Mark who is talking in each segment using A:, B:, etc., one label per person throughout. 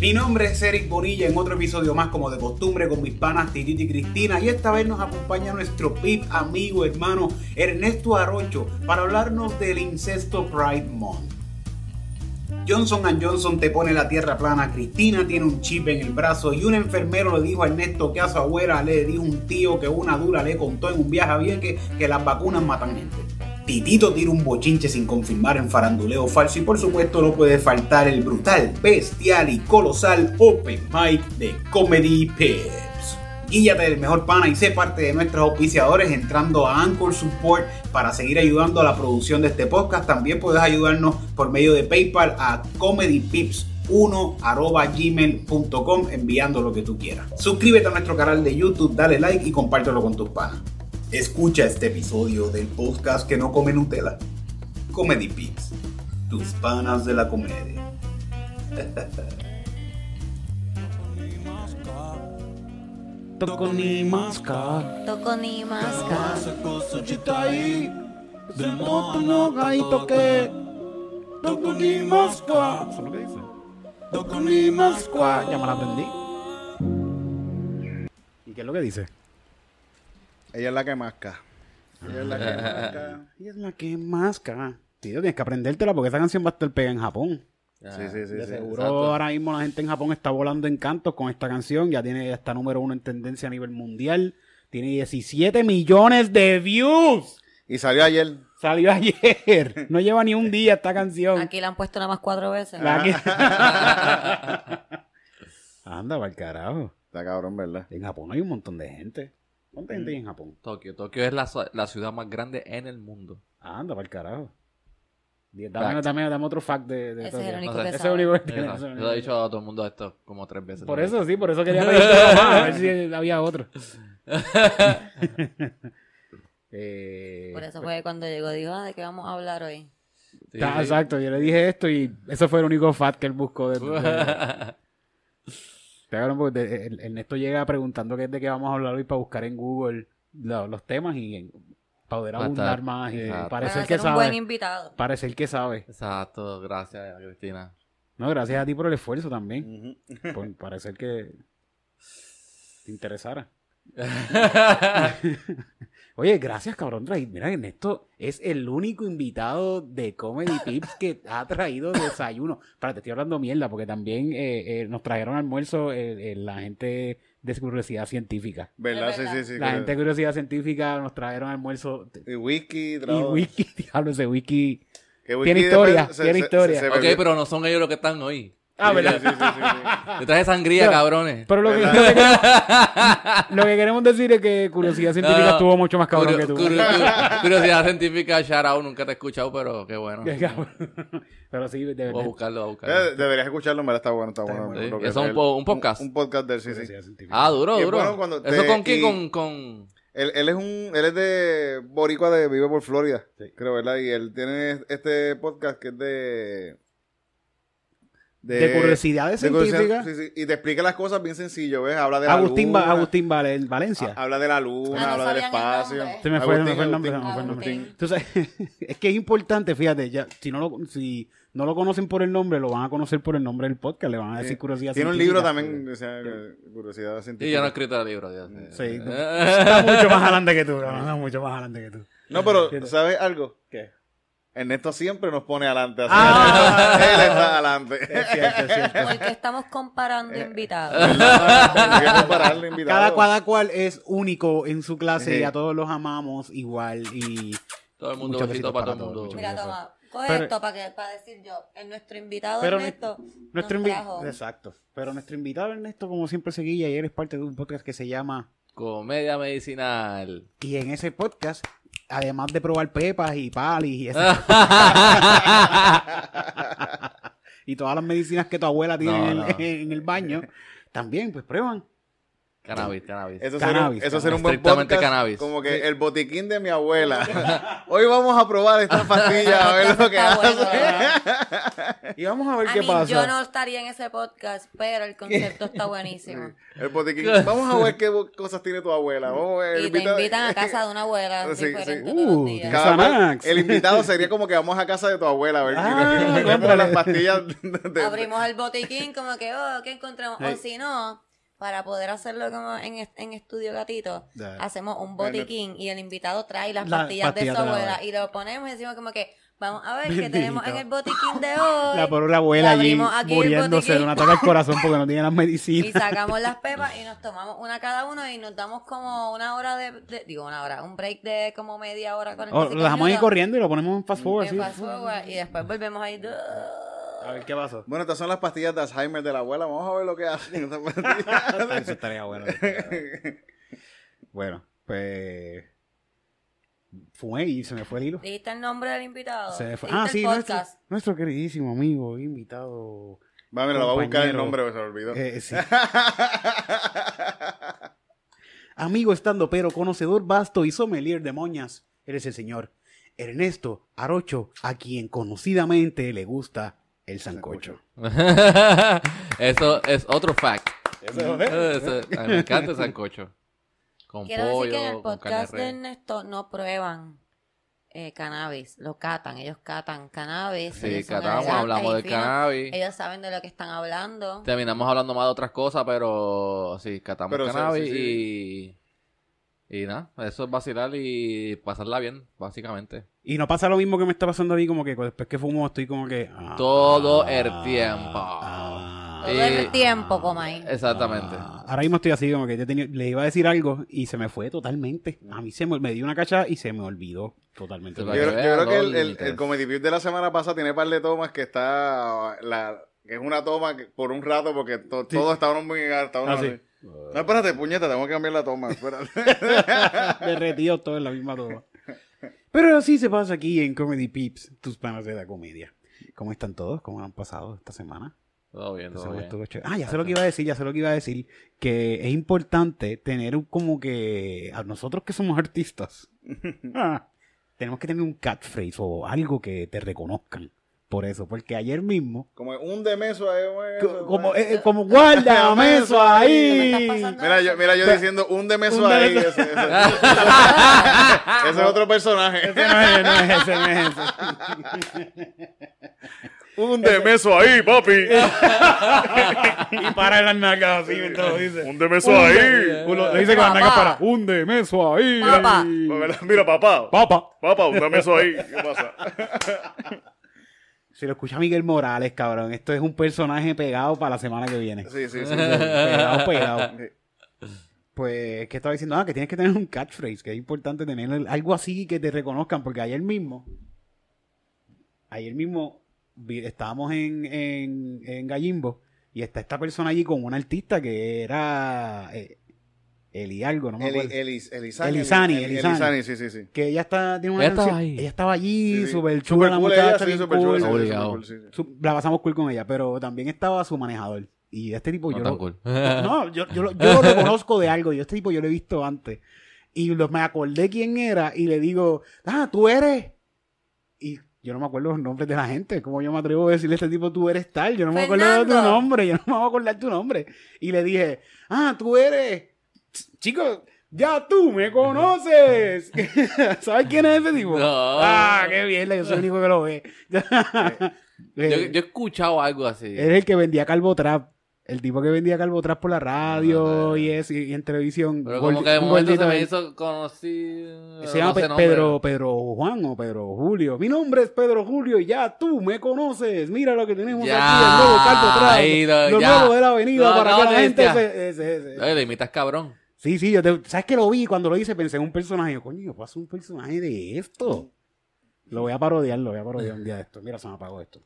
A: Mi nombre es Eric Bonilla en otro episodio más como de costumbre con mis panas Tititi y Cristina y esta vez nos acompaña nuestro pip amigo hermano Ernesto Arocho para hablarnos del incesto Pride Month. Johnson Johnson te pone la tierra plana, Cristina tiene un chip en el brazo y un enfermero le dijo a Ernesto que a su abuela le dijo un tío que una dura le contó en un viaje a Vieques que las vacunas matan gente. Titito tira un bochinche sin confirmar en faranduleo falso y por supuesto no puede faltar el brutal, bestial y colosal Open Mic de Comedy Pips. Guíllate del mejor pana y sé parte de nuestros auspiciadores entrando a Anchor Support para seguir ayudando a la producción de este podcast. También puedes ayudarnos por medio de PayPal a comedypips 1 gmail.com enviando lo que tú quieras. Suscríbete a nuestro canal de YouTube, dale like y compártelo con tus panas. Escucha este episodio del podcast que no come Nutella. Comedy Pips, tus panas de la comedia.
B: Toco ni masca,
C: Toco ni masca.
B: essa coisa de taí, de moto no gaito que. Toco ni masca, toco ni
D: Ah,
B: masca. Ya me la aprendí.
D: ¿Y qué es lo que dice?
E: Ella es la que masca. Ella es la que masca.
D: Y es la que masca. Tío, tienes que aprendértela porque esa canción va a estar pegada en Japón.
E: Sí, sí, sí.
D: De
E: sí.
D: seguro
F: exacto.
D: ahora mismo la gente en Japón está volando en cantos con esta canción. Ya tiene ya está número uno en tendencia a nivel mundial. Tiene 17 millones de views.
E: Y salió ayer.
D: Salió ayer. No lleva ni un día esta canción.
C: Aquí la han puesto nada más cuatro veces.
D: La que- Anda, para carajo.
E: Está cabrón, ¿verdad?
D: En Japón hay un montón de gente. ¿Cuánta gente hay en Japón?
F: Tokio. Tokio es la, su- la ciudad más grande en el mundo.
D: Anda, para el carajo. Dame,
F: Fact.
D: dame- dame otro fact de, de
C: Ese es el único
F: No sé,
C: que
D: Ese es
C: sabe.
D: el único que
F: Yo,
D: tiene, ese es el
F: lo he
D: único.
F: dicho a todo el mundo esto como tres veces.
D: Por eso sí, por eso quería pedirte más, a ver si había otro. Eh,
C: Por eso fue cuando llegó, dijo, ah, ¿de qué vamos a hablar hoy?
F: Sí,
D: ta-
F: sí.
D: Exacto, yo le dije esto y ese fue el único fact que él buscó. De, de- Está cabrón, porque de- el- Ernesto llega preguntando qué es de qué vamos a hablar hoy para buscar en Google lo- los temas y en- para poder
F: Para
D: abundar
F: estar-
D: más y
F: Exacto.
D: parecer
C: Para
D: que
C: ser un buen
D: sabe.
C: invitado.
D: Parecer que sabe.
F: Exacto, gracias Cristina.
D: No, gracias a ti por el esfuerzo también.
E: Ujú.
D: Por parecer que te interesara. Oye, gracias, cabrón. traí- Mira, Ernesto es el único invitado de Comedy Pips que ha traído desayuno. Para, te estoy hablando mierda, porque también eh, eh, nos trajeron almuerzo eh, eh, la gente de curiosidad científica.
E: ¿Verdad?
C: Es
E: Sí,
C: verdad.
E: sí, sí.
D: la
E: creo.
D: gente de curiosidad científica nos trajeron almuerzo. t-
E: Y whisky,
D: Y
E: trago-
D: wiki, diablo, ese wiki.
E: que whisky
D: Tiene
E: después
D: historia, tiene historia.
F: ok,
E: bebió-
F: pero no son ellos los que están hoy.
D: Ah,
E: Sí,
D: ¿verdad?
E: sí, sí, sí,
F: Yo traje sangría,
D: Pero-
F: cabrones.
D: Pero lo que, lo, que queremos, lo que queremos decir es que curiosidad científica
F: No, no.
D: estuvo mucho más cabrón
F: Curio-
D: que tú.
F: curio- curio- curiosidad científica, Sharao, nunca te he escuchado, pero qué bueno.
D: Qué cabrón. Pero sí, de
F: Voy a
D: verdad.
F: buscarlo, voy a
E: sí. Eh,
F: buscarlo.
E: Deberías escucharlo, en verdad está bueno, está bueno.
F: bueno.
E: Lo
F: Sí,
E: que
F: eso es un
E: él-
F: po- un podcast.
E: Un, podcast del sí, sí.
D: Curiosidad científica.
F: Ah, duro,
E: Y es
F: duro.
E: bueno cuando te-
F: Eso con qué,
E: y-
F: con, con...
E: Él, él es un, él es de Boricua de Vive por Florida, creo, ¿verdad? Y él tiene este podcast que es de...
D: De curiosidades
E: de curiosidad-
D: científicas.
E: sí, sí, Y te explica las cosas bien sencillo, ¿ves? Habla de ah. la
D: Agustín, Va-
E: luna.
D: Agustín Valen- Valencia.
E: Ha- Habla de la luna,
C: Ah, no
E: habla del
C: sabían el
E: espacio.
C: nombre.
D: Se me fue,
E: Agustín,
D: me fue el nombre, se
E: Agustín.
D: me fue el nombre.
C: Agustín.
D: Entonces, es que es importante, fíjate, ya, si, no lo, si no lo conocen por el nombre, lo van a conocer por el nombre del podcast, le van a decir curiosidad
E: Tiene un libro
D: científica.
E: también, o sea, curiosidad
F: Y yo no he
E: científica.
F: escrito el libro, Dios mío.
D: Sí, no. Está mucho más adelante que tú, cabrón, está mucho más adelante que tú.
E: No, pero, ¿sabes algo? ¿Qué? Ernesto siempre nos pone adelante. Así
D: Ah.
E: Él está adelante.
D: Es cierto, es Eh, cierto.
C: Porque estamos comparando invitados.
E: Hay que comparar al invitado.
D: Cada, cada cual es único en su clase
E: Sí.
D: y a todos los amamos igual y...
F: Todo el mundo
D: Muchos
F: besito
D: besitos
F: para
D: para
F: todo el
D: todos,
F: mundo.
D: muchos
C: Mira, toma, coge
D: Pero-
C: esto para, que, para decir yo. En nuestro invitado
D: Pero ni-
C: Ernesto
D: Nuestro
C: nos
D: invi-
C: trajo.
D: Exacto. Pero nuestro invitado Ernesto, como siempre, seguía y eres parte de un podcast que se llama
F: Comedia medicinal.
D: Y en ese podcast, además de probar pepas y palis y esas y todas las medicinas que tu abuela tiene
F: No,
D: en, el,
F: no.
D: en el baño, también pues prueban
F: Cannabis, cannabis.
E: Eso
D: Cannabis,
E: sería, eso sería un buen
F: Estrictamente
E: podcast.
F: cannabis.
E: Como que el botiquín de mi abuela. Hoy vamos a probar estas pastillas a ver lo que
C: Está
E: hace.
C: bueno, ¿verdad?
B: Y vamos a ver
C: A
B: qué
C: mí,
B: pasa.
C: yo no estaría en ese podcast, pero el concepto está buenísimo.
E: El botiquín. Vamos a ver qué bo- cosas tiene tu abuela. Vamos a ver,
C: Y te
E: invita-
C: invitan a casa de una abuela
E: Sí,
C: diferente
E: sí.
C: todos los
D: Uh,
C: días.
D: ca-
E: Cada cual-
D: Xanax.
E: el invitado sería como que vamos a casa de tu abuela a ver
B: Ah,
E: si encuentras las pastillas. de- de-
C: Abrimos el botiquín como que, oh, ¿qué encontramos? O si no, para poder hacerlo como en, est- en Estudio Gatito,
B: Dale.
C: hacemos un botiquín y el invitado trae las
B: La
C: pastillas
B: pastilla
C: de su
B: de la
C: abuela y lo ponemos y decimos como que, vamos a ver qué
B: Bendito.
C: tenemos en el botiquín de hoy.
D: La pobre abuela
C: Y
D: allí
C: abrimos aquí el
D: muriéndose de un
C: botiquín.
D: ataque al corazón porque no tiene las
C: Y
D: medicinas.
C: sacamos las pepas y nos tomamos una cada uno y nos damos como una hora de, de- digo una hora, un break de como media hora con
D: O Oh, lo dejamos ahí corriendo y lo ponemos en fast forward. así.
C: y después volvemos ahí.
B: A ver qué pasa.
E: Bueno, estas son las pastillas de Alzheimer de la abuela. Vamos a ver lo que hacen. esas pastillas.
B: Eso estaría bueno.
D: Bueno, pues. Fumé y se me fue el hilo.
C: ¿Dijiste el nombre del invitado?
D: Se me fue.
C: ¿Dijiste
D: Ah,
C: el
D: sí, nuestro,
C: podcast?
D: nuestro queridísimo amigo, invitado.
E: Va, mira, lo va a buscar el
D: Compañero.
E: nombre, se me olvidó.
D: eh, sí. Amigo estando pero conocedor vasto y sommelier de moñas, eres el señor Ernesto Arocho, a quien conocidamente le gusta el sancocho.
F: Eso es otro fact.
E: Eso es.
F: Eso es- ay, me encanta el sancocho. Con
C: Quiero
F: pollo,
C: decir que en el
F: con carne
C: podcast
F: de
C: de
F: res.
C: Ernesto no prueban eh, cannabis, lo catan, ellos catan cannabis.
F: Sí,
C: ellos son
F: catamos,
C: elegantes
F: hablamos
C: y
F: del
C: finos,
F: cannabis.
C: Ellos saben de lo que están hablando.
F: Terminamos hablando más de otras cosas, pero sí, catamos
E: Pero sí,
F: cannabis
E: sí, sí.
F: y... Y nada, eso es vacilar y pasarla bien, básicamente.
D: Y no pasa lo mismo que me está pasando a mí, como que después que fumo estoy como que... ah,
F: Todo el tiempo.
D: ah,
C: Todo
F: Eh,
C: el tiempo, coma ahí.
F: Exactamente.
D: ah. ahora mismo estoy así, como que yo tenía- le iba a decir algo y se me fue totalmente. A mí se me, me dio una cacha y se me olvidó totalmente.
F: Se
E: Yo,
F: Para
E: creo-
F: que
E: yo
F: vean
E: creo que
F: los
E: el, el-
F: límites.
E: el Comedy Beef de la semana pasada tiene par de tomas que está la que es una toma que- por un rato porque to-
B: Sí.
E: todo está uno muy está uno
B: Ah, sí.
E: así. No, espérate, puñeta, tengo que cambiar la toma. espérate.
D: Derretido todo en la misma toma. Pero así se pasa aquí en Comedy Pips, tus panas de la comedia. ¿Cómo están todos? ¿Cómo han pasado esta semana?
F: Todo bien,
D: Esta
F: todo
D: semana
F: bien.
D: estuvo chévere. Ah, ya sé lo que iba a decir, ya sé lo que iba a decir. Que es importante tener un- como que... A nosotros que somos artistas. ah, tenemos que tener un catchphrase o algo que te reconozcan. Por eso, porque ayer mismo...
E: Como un de meso ahí, güey,
D: co-
E: eso,
D: Como,
E: güey.
D: eh, eh, como guárdame eso
C: Me
D: ahí.
C: estás pasando
E: Mira yo, mira yo diciendo un de meso ahí. Ese, ese- ese es otro personaje.
D: Ese no es, no es ese, no es ese.
E: Un de meso ahí, papi.
D: Y para las nalgas así, y todo dice.
E: Un de meso ahí.
D: Uno le dice con las nalgas para un de meso ahí.
C: Papá.
E: Mira, Pues, Mira, papá.
D: Papá.
E: Papá, un de meso ahí. ¿Qué pasa?
D: Si lo escucha Miguel Morales, cabrón, esto es un personaje pegado para la semana que viene.
E: Sí, sí, sí. sí.
D: Pegado, pegado. Pues, ¿qué estaba diciendo? Ah, que tienes que tener un catchphrase, que es importante tener el- algo así que te reconozcan, porque ayer mismo, ayer mismo vi- estábamos en, en, en Gallimbo y está esta persona allí con un artista que era eh, Eli algo, no me
E: Eli-
D: acuerdo.
E: Elis- Elizani.
D: Elizani,
E: Eli-
D: Elizani.
E: Elizani, sí, sí, sí.
D: que ella está tiene una
F: Ella estaba
D: canción-
F: ahí.
D: ella estaba allí
E: Sí, sí.
D: súper chula la
E: Cool,
D: muchacha
E: ella, sí,
D: bien
E: super chula,
D: cool.
E: sí, super
F: Obligado.
E: cool, sí, sí.
D: Su- la pasamos cool con ella pero también estaba su manejador y este tipo
F: No
D: yo
F: tan
D: lo,
F: cool.
D: no yo, yo, lo- yo lo reconozco de algo yo este tipo yo lo he visto antes y lo- me acordé quién era y le digo ah tú eres y yo no me acuerdo los nombres de la gente. ¿Cómo yo me atrevo a decirle a este tipo, tú eres tal? Yo no me acuerdo de tu
C: Fernando.
D: nombre. Yo no me voy a acordar tu nombre. Y le dije, ah, tú eres. Chicos, ya tú me conoces. ¿Sabes quién es ese tipo?
F: No.
D: Ah, qué mierda, yo soy el único que lo ve.
F: Yo, yo he escuchado algo así.
E: Eh,
D: Era el que vendía Calvo Trap. El tipo que vendía Calvo Trap por la radio
F: Ah,
D: y, es, y, y en televisión.
F: Pero
D: Gordi-
F: como que de
D: un
F: momento se
D: gordito
F: me
D: él.
F: hizo conocido.
D: Se llama
F: no sé
D: Pe-
F: nombre.
D: Pedro, Pedro Juan o Pedro Julio. Mi nombre es Pedro Julio y ya tú me conoces. Mira lo que tenemos
F: Ya,
D: aquí, el nuevo caldo atrás.
F: ahí lo-
D: lo
F: ya.
D: nuevo de la avenida
F: No,
D: para
F: no,
D: que la
F: te-
D: gente
F: ya.
D: se- se- se- se-
F: Ay, le imitas cabrón.
D: Sí, sí, yo te- ¿sabes que lo vi? Cuando lo hice pensé en un personaje. Yo, coño, yo paso un personaje de esto. Lo voy a parodiar, lo voy a parodiar un día de esto. Mira, se me apagó esto.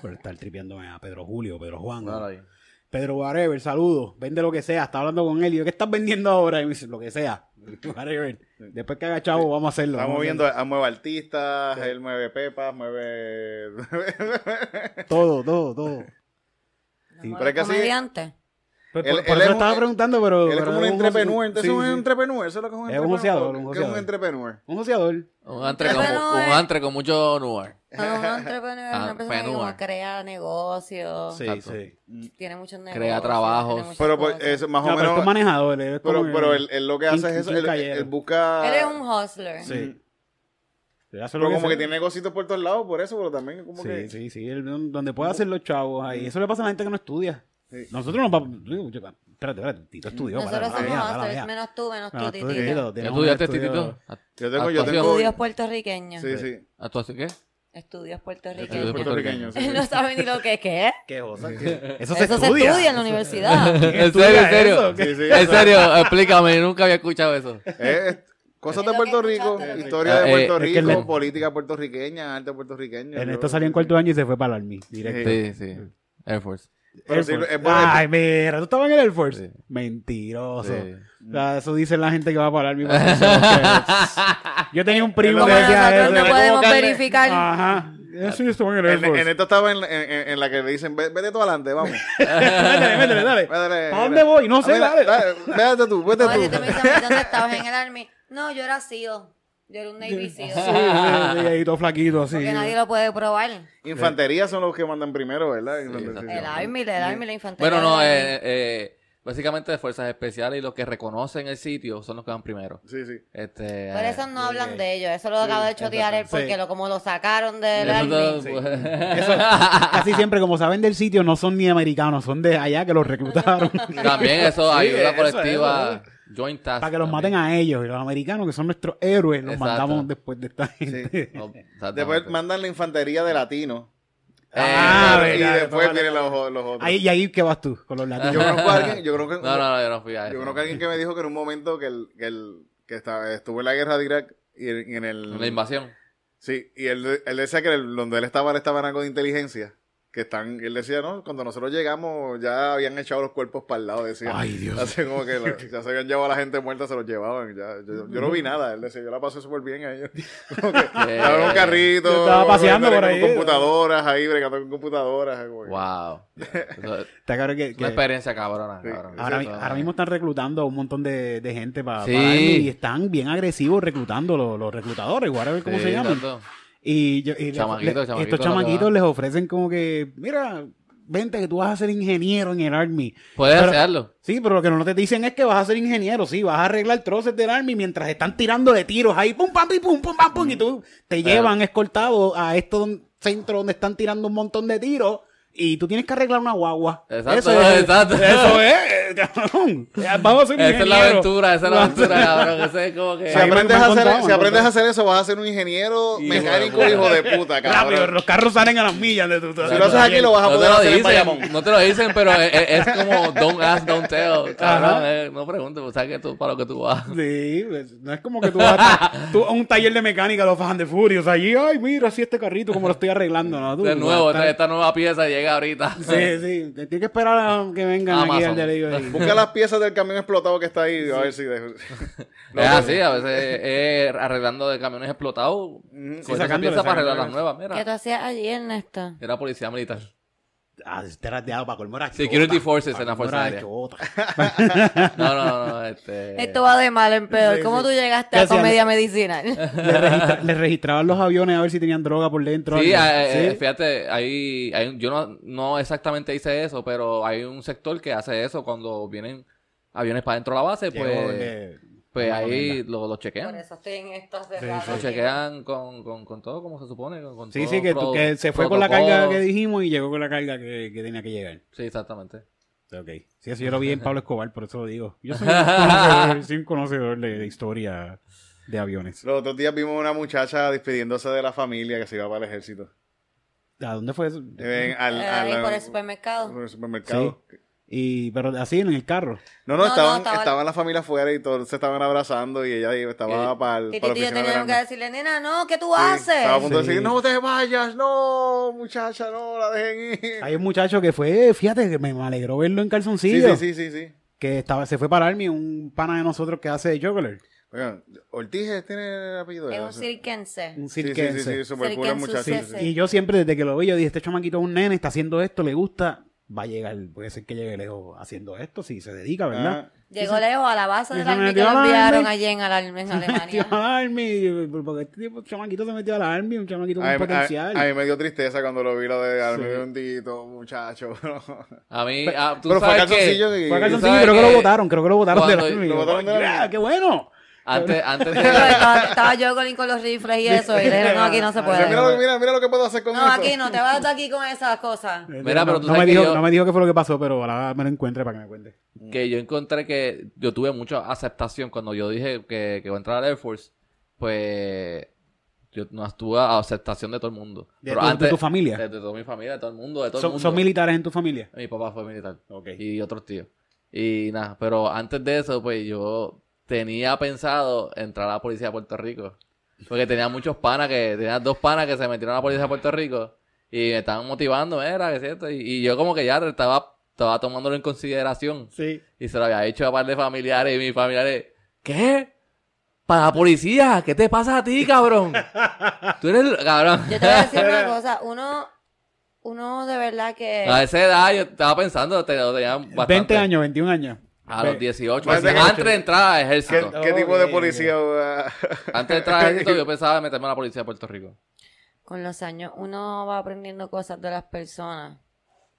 D: Por estar tripeándome a Pedro Julio, Pedro Juan.
F: No, ahí.
D: Pedro whatever, saludos, vende lo que sea, está hablando con él y yo, ¿qué estás vendiendo ahora? Y me dice, lo que sea, whatever. Después que haga chavo, vamos a hacerlo.
E: Estamos
D: vamos a
E: viendo
D: hacerlo.
E: a Mueve Artistas, él mueve Pepas, mueve.
D: todo, todo, todo.
C: Mejor
E: Pero es que así-
C: comediante.
D: Por,
E: Él-
D: por eso
E: él es un-
D: estaba preguntando, pero.
E: Él es
D: pero
E: como un
D: goce-
E: entrepreneur. Entonces
D: sí,
E: es un
D: sí.
E: entrepreneur. Eso es lo que es
D: Es
E: un
D: un
E: entrepreneur.
D: joseador, un
E: ¿Qué es un
D: joseador.
E: entrepreneur?
D: Un joseador.
F: Un antre con,
C: Pero no eh.
F: un
C: es-
F: antre con mucho noir.
C: No, un entrepreneur es
F: Ah,
C: una persona que
F: penúa.
C: como crea negocios,
F: Exacto.
C: tiene muchos negocios.
F: Crea trabajos.
C: tiene muchas
E: Pero pues,
C: cosas.
E: eso, más
D: No,
E: o
D: pero esto es
E: menos.
D: manejador. él es
E: Pero,
D: como-
E: pero él, él lo que
D: Quin-
E: hace es eso.
D: Quintín
E: Él,
D: Callero.
E: él busca.
C: Él es un hustler.
D: Sí. Él hace lo
E: mm. Pero como que
D: sea.
E: tiene negocios por todos lados, por eso, pero también como
D: Sí,
E: que. Mm.
D: sí, sí. él- donde pueda hacer los chavos ahí. Eso le pasa a la gente que no estudia.
E: Sí.
D: Nosotros nos vamos. digo, yo- Espérate, espérate. Tito estudió. para,
C: Nosotros
D: para,
C: somos
D: para, para,
C: hustlers,
D: para.
C: menos tú, menos
D: No,
C: tú,
D: tú,
C: titito.
D: Tito,
F: ¿Tú
D: tenemos un
F: estudiaste,
D: estudio-
F: este, Titito?
E: Yo tengo- yo tengo-
C: Estudios puertorriqueños.
E: Sí, sí.
F: ¿Actuación qué?
C: Estudios
F: Estudios
C: puertorriqueños.
E: puertorriqueños. sí, sí.
C: No sabe ni lo que es. ¿Qué?
D: ¿Qué cosa? ¿Qué? Eso,
C: Eso se estudia en la universidad.
D: ¿Quién
F: ¿En serio, en
D: estudia
F: serio?
D: eso? ¿Qué-
E: Sí, sí,
F: En
E: eso-
F: serio, explícame, nunca había escuchado eso.
E: Eh, eh, cosas
C: Es
E: de
C: lo que
E: Puerto Rico,
C: escuchaste, lo que
E: historia de
F: escuchaste.
E: Puerto
D: Eh, es que
E: Rico,
D: le-
E: política puertorriqueña, arte puertorriqueño.
D: En
E: yo-
D: esto salió en cuarto año y se fue para el Army. Directo.
F: Sí, sí. Air Force.
E: Pero
D: Air
E: sí,
D: Force.
E: es bueno, es-
D: Ay, mira, tú estabas en el Air Force.
F: Sí.
D: Mentiroso.
F: Sí.
D: O sea, eso dice la gente que va para el Army. porque yo- Yo tenía un primo que
C: Como
D: decía
C: nosotros
D: eso.
C: no podemos
E: Carmen.
C: verificar.
D: Ajá. Eso yo estaba en el Air
E: En,
D: Force.
E: en esto estaba en, en- en- en la que le dicen, "Ve- vete tú adelante, vamos.
D: métele, métele, dale.
E: Métele,
D: ¿Para dónde voy? No
E: Ah,
D: sé,
E: mira,
D: dale.
E: Vete tú, vete
C: No, si tú me
E: tú.
C: dices, "Mami, ¿dónde estabas en el Army? No, yo era SEAL. Yo era un Navy SEAL.
D: Sí, sí, sí, ahí todo flaquito así.
C: Porque nadie lo puede probar.
E: Infantería son los que mandan primero, ¿verdad? Infantería,
F: exacto.
E: sí,
C: El
E: sí.
C: Army, el Army, la infantería.
F: Bueno, no,
C: del Army.
F: eh, eh, básicamente de fuerzas especiales y los que reconocen el sitio son los que van primero.
E: Sí, sí.
F: Este,
C: Pero
F: eh,
C: eso no hablan de ellos. Eso lo acabo de chotear él porque
D: Sí.
C: lo, como lo sacaron del
F: eh, eso
C: Army.
F: no-
D: Casi siempre, como saben del sitio, no son ni americanos, son de allá que los reclutaron.
F: También eso
D: Sí,
F: ayuda
D: eso,
F: colectiva. Joint Task.
D: para que los maten
F: también.
D: a ellos. Y los americanos, que son nuestros héroes, los
F: Exacto.
D: mandamos después de esta gente.
F: No, Oh, exactamente.
E: Después mandan la infantería de latino.
D: Ah, verdad,
E: y después
D: después
E: vienen los, los otros.
D: Ahí, y ahí, ¿qué vas tú? Con los
E: Yo
D: latinos.
E: conozco a alguien, yo creo que,
F: No, no, no, yo no fui a eso.
E: yo conozco a alguien que me dijo que en un momento que, el, que, el, que estaba, estuvo en la guerra de Irak y en, y en el...
F: La invasión.
E: Sí, y él, él decía que el- donde él estaba, él estaba en algo de inteligencia. Que están, y él decía, no, cuando nosotros llegamos ya habían echado los cuerpos para el lado, decía.
D: Ay, Dios.
E: Así como que la- ya se habían llevado a la gente muerta, se los llevaban. Ya. Yo, yo no vi nada, él decía, yo la pasé súper bien ahí. Como que Estaba en un carrito,
D: Yo estaba paseando por
E: con
D: ahí.
E: computadoras, ahí bregando con computadoras. como que-
F: Wow. Eso-
D: Está claro que- que
F: Una experiencia cabrona. cabrón.
D: ahora, mi-
F: Eso-
D: ahora mismo están reclutando a un montón de, de gente para,
F: Sí.
D: y están bien agresivos reclutando los, los reclutadores, whatever, ¿cómo
F: Sí,
D: se llaman?
F: tanto.
D: Y, yo- y le-
F: Chamaquitos,
D: le-
F: chamaquitos,
D: estos
F: lo que
D: chamaquitos
F: va.
D: les ofrecen como que, mira, vente que tú vas a ser ingeniero en el Army.
F: Puedes
D: Pero-
F: hacerlo.
D: Sí, pero lo que no te dicen es que vas a ser ingeniero, sí, vas a arreglar troces del Army mientras están tirando de tiros ahí, pum, pam, pi, pum, pum, pam, pum, y tú te llevan escoltado a estos don- centros donde están tirando un montón de tiros y tú tienes que arreglar una guagua.
F: Exacto,
D: eso es,
F: exacto.
D: Eso es, cabrón. Vamos a ser
F: Esa
D: ingenieros.
F: es la aventura, esa es la
D: Vamos a ser-
F: aventura, cabrón. Ese es como
E: Si
F: que.
D: Ahí me-
E: aprendes,
D: me
E: a
D: han
E: hacer,
D: contado,
E: si
D: me han
E: aprendes a hacer eso, vas a ser un ingeniero
F: Hijo de
E: mecánico
F: puta.
E: hijo de puta,
D: Rápido,
E: cabrón.
D: los carros salen a las millas de tu
E: Si lo haces aquí, lo vas a
F: No te
E: poder
F: lo
E: hacer en Bayamón.
F: dicen, no te lo dicen, pero es, es- es como don't ask, don't tell. Cabrón, eh, no preguntes, pues sabes que tú, para lo que tú vas.
D: Sí, pues, no es como que tú vas a, tú a un taller de mecánica, los Fajan de Furios, allí, ay, mira, así este carrito, como lo estoy arreglando, ¿no? Tú,
F: De
D: tú
F: nuevo,
D: vas a
F: esta,
D: estar-
F: esta nueva pieza llega ahorita.
D: Sí, sí, te tienes que esperar a que vengan aquí al
F: Amazon.
D: delivery.
E: Busca las piezas del camión explotado que está ahí, a ver si... de-
F: es así, a veces eh, arreglando de camiones explotados.
E: Sí,
F: con esa
D: sacándole,
F: pieza para arreglar las
D: sacándole.
F: nuevas,
C: ¿Qué tú
F: mira.
C: hacías allí, Ernesto?
F: Era policía militar.
D: Ah, te rateado para colmar a
F: Security
D: chota,
F: Forces
D: pa'
F: en
D: colmar
F: la Fuerza
D: a
F: Aérea.
D: chota.
F: No, no, no, no, este.
C: Esto va de mal en peor. ¿Cómo tú llegaste
D: Eh, ¿Qué
C: a
D: hacían?
C: comedia medicinal?
D: Le, registra- le registraban los aviones a ver si tenían droga por dentro.
F: Sí,
D: algo.
F: eh, eh, fíjate, hay, hay un- yo no, no exactamente hice eso, pero hay un sector que hace eso cuando vienen aviones para dentro de la base,
D: Llegó,
F: pues,
D: eh,
F: pues
D: una
F: ahí
D: mierda.
F: lo, lo
C: Por
F: chequean.
C: eso estoy en esto hace
D: Sí,
C: rato.
F: Lo chequean con, con, con todo como se supone. Con, con
D: Sí,
F: todo
D: sí, que, tú-
F: pro-
D: que se fue con la
F: protocolo.
D: carga que dijimos y llegó con la carga que, que tenía que llegar.
F: Sí, exactamente.
D: Ok. Sí, eso yo lo vi en Pablo Escobar, por eso lo digo. Yo soy un conocedor, soy un conocedor de, de historia de aviones.
E: Los otros días vimos una muchacha despidiéndose de la familia que se iba para el ejército.
D: ¿A dónde fue eso?
E: Eh, al-
C: Eh,
E: al-
C: ahí por el
E: por
C: supermercado.
E: el
D: Sí.
E: supermercado.
D: Y, pero así en el carro.
E: No, no,
C: No, no,
E: estaban,
C: estaba-
E: estaban la familia afuera y todos se estaban abrazando y ella iba- estaba para el
C: Y
E: para la
C: Titi y yo
E: oficina del
C: teníamos que
E: Army.
C: decirle, nena, no, ¿qué tú
E: Sí, Estaba a
C: haces?
E: punto de
D: Sí.
E: decir, no te vayas, no, muchacha, no, la dejen ir.
D: Hay un muchacho que fue, fíjate, que me me alegró verlo en
E: sí,
D: calzoncillo.
E: sí, sí, sí, sí.
D: Que estaba, se fue para Army, un pana de nosotros que hace de juggler.
E: Oigan, Ortiz tiene el apellido.
C: Es
E: ¿verdad?
C: un cirquense.
D: Un
E: Sí, sí,
D: cirquense.
E: sí, sí, súper cool el
C: Cirquense,
E: muchacho.
C: sí,
E: sí,
C: sí.
E: sí.
D: Y yo siempre, desde que lo vi, yo dije, este chamaquito es un nene, está haciendo esto, le gusta. va a llegar, puede ser que llegue lejos haciendo esto, si se dedica,
E: Ah.
D: ¿verdad?
C: Llegó lejos a la base
D: Y
C: del
D: se
C: army que
D: metió
C: lo
D: al army.
C: enviaron allí en, al- en
D: metió
C: Alemania.
D: al Army, porque este tipo, chamaquito se metió al Army, un chamaquito con
E: A mí,
D: potencial.
E: a- a mí me dio tristeza cuando lo vi lo de Army
D: Sí.
E: de un tito, muchacho.
F: A mí, ah, tú
E: Pero fue
F: sabes
E: calzoncillo
F: que
E: y-
D: Fue a calzoncillo,
F: ¿sabes
D: creo que
F: qué?
D: lo votaron, creo que lo votaron del
F: Cuando-
D: Army.
E: lo votaron del
D: Yeah,
E: Army.
D: ¡Qué bueno!
F: antes, antes
C: Pero
F: de...
C: estaba, estaba yo con, con los rifles y eso, y le dijeron, no, aquí no se
E: Mira, mira,
C: puede.
E: lo- mira, mira lo que puedo hacer con
C: No,
E: eso.
C: aquí no, te vas de aquí con esas cosas.
D: no,
F: Mira, pero tú
D: no
F: sabes
D: me
F: que
D: dijo,
F: yo-
D: no me dijo qué fue lo que pasó, pero ahora me lo encuentre para que me cuente.
F: que yo encontré que yo tuve mucha aceptación cuando yo dije que, que voy a entrar al Air Force, pues yo no tuve aceptación de todo el mundo.
D: ¿De tu- de tu familia?
F: De, de toda mi familia, de todo el mundo, de todo el
D: ¿Son,
F: mundo.
D: son militares en tu familia?
F: Mi papá fue militar
D: Ok.
F: y otros tíos. Y nada, pero antes de eso, pues yo tenía pensado entrar a la policía de Puerto Rico. Porque tenía muchos panas que, tenía dos panas que se metieron a la policía de Puerto Rico y me estaban motivando, era, que cierto. Y, y yo como que ya estaba, estaba tomándolo en consideración.
D: Sí.
F: Y se lo había hecho a par de familiares y mis familiares, ¿qué? ¿Para la policía? ¿Qué te pasa a ti, cabrón? Tú eres, el- cabrón.
C: Yo te voy a decir una cosa, uno, uno de verdad que...
E: Ah,
F: A esa edad yo estaba pensando, te- lo tenía bastante.
D: 20 años, 21 años.
F: A los 18,
E: Parece que-
F: antes de entrar al
E: ¿Qué,
F: ejército.
E: qué tipo de
D: Ok,
E: policía? va?
F: Antes de entrar al ejército yo pensaba meterme a la policía de Puerto Rico.
C: con los años uno va aprendiendo cosas de las personas,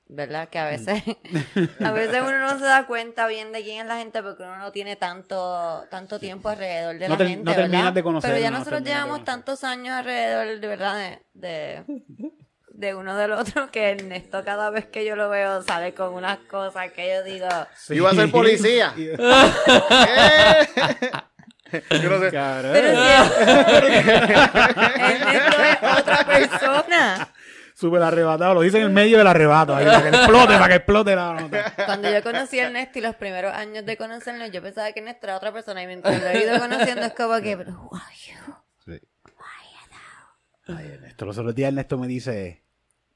C: ¿verdad?
D: Mm.
C: Que a veces, a veces uno no se da cuenta bien de quién es la gente porque uno no tiene tanto, tanto tiempo alrededor de
D: No
C: la
D: ter-
C: gente.
D: no terminas
C: ¿verdad?
D: de conocer,
C: Pero ya
D: no
C: nosotros
D: terminas de
C: llevamos
D: conocer.
C: tantos años alrededor, de verdad, de, de, de uno del otro, que Ernesto cada vez que yo lo veo sale con unas cosas que yo digo.
E: Iba a ser policía. Eh.
D: Sí.
E: Yo no sé.
D: Cabrón.
C: Pero si Ernesto es otra persona.
D: Súper arrebatado, lo dice en el medio del arrebato, ahí, para que explote, para que explote la nota.
C: Cuando yo conocí a Ernesto y los primeros años de conocerlo, yo pensaba que Ernesto era otra persona y mientras lo he ido conociendo es como que, pero, who are you?
D: Ay, Ernesto, los otros días Ernesto me dice,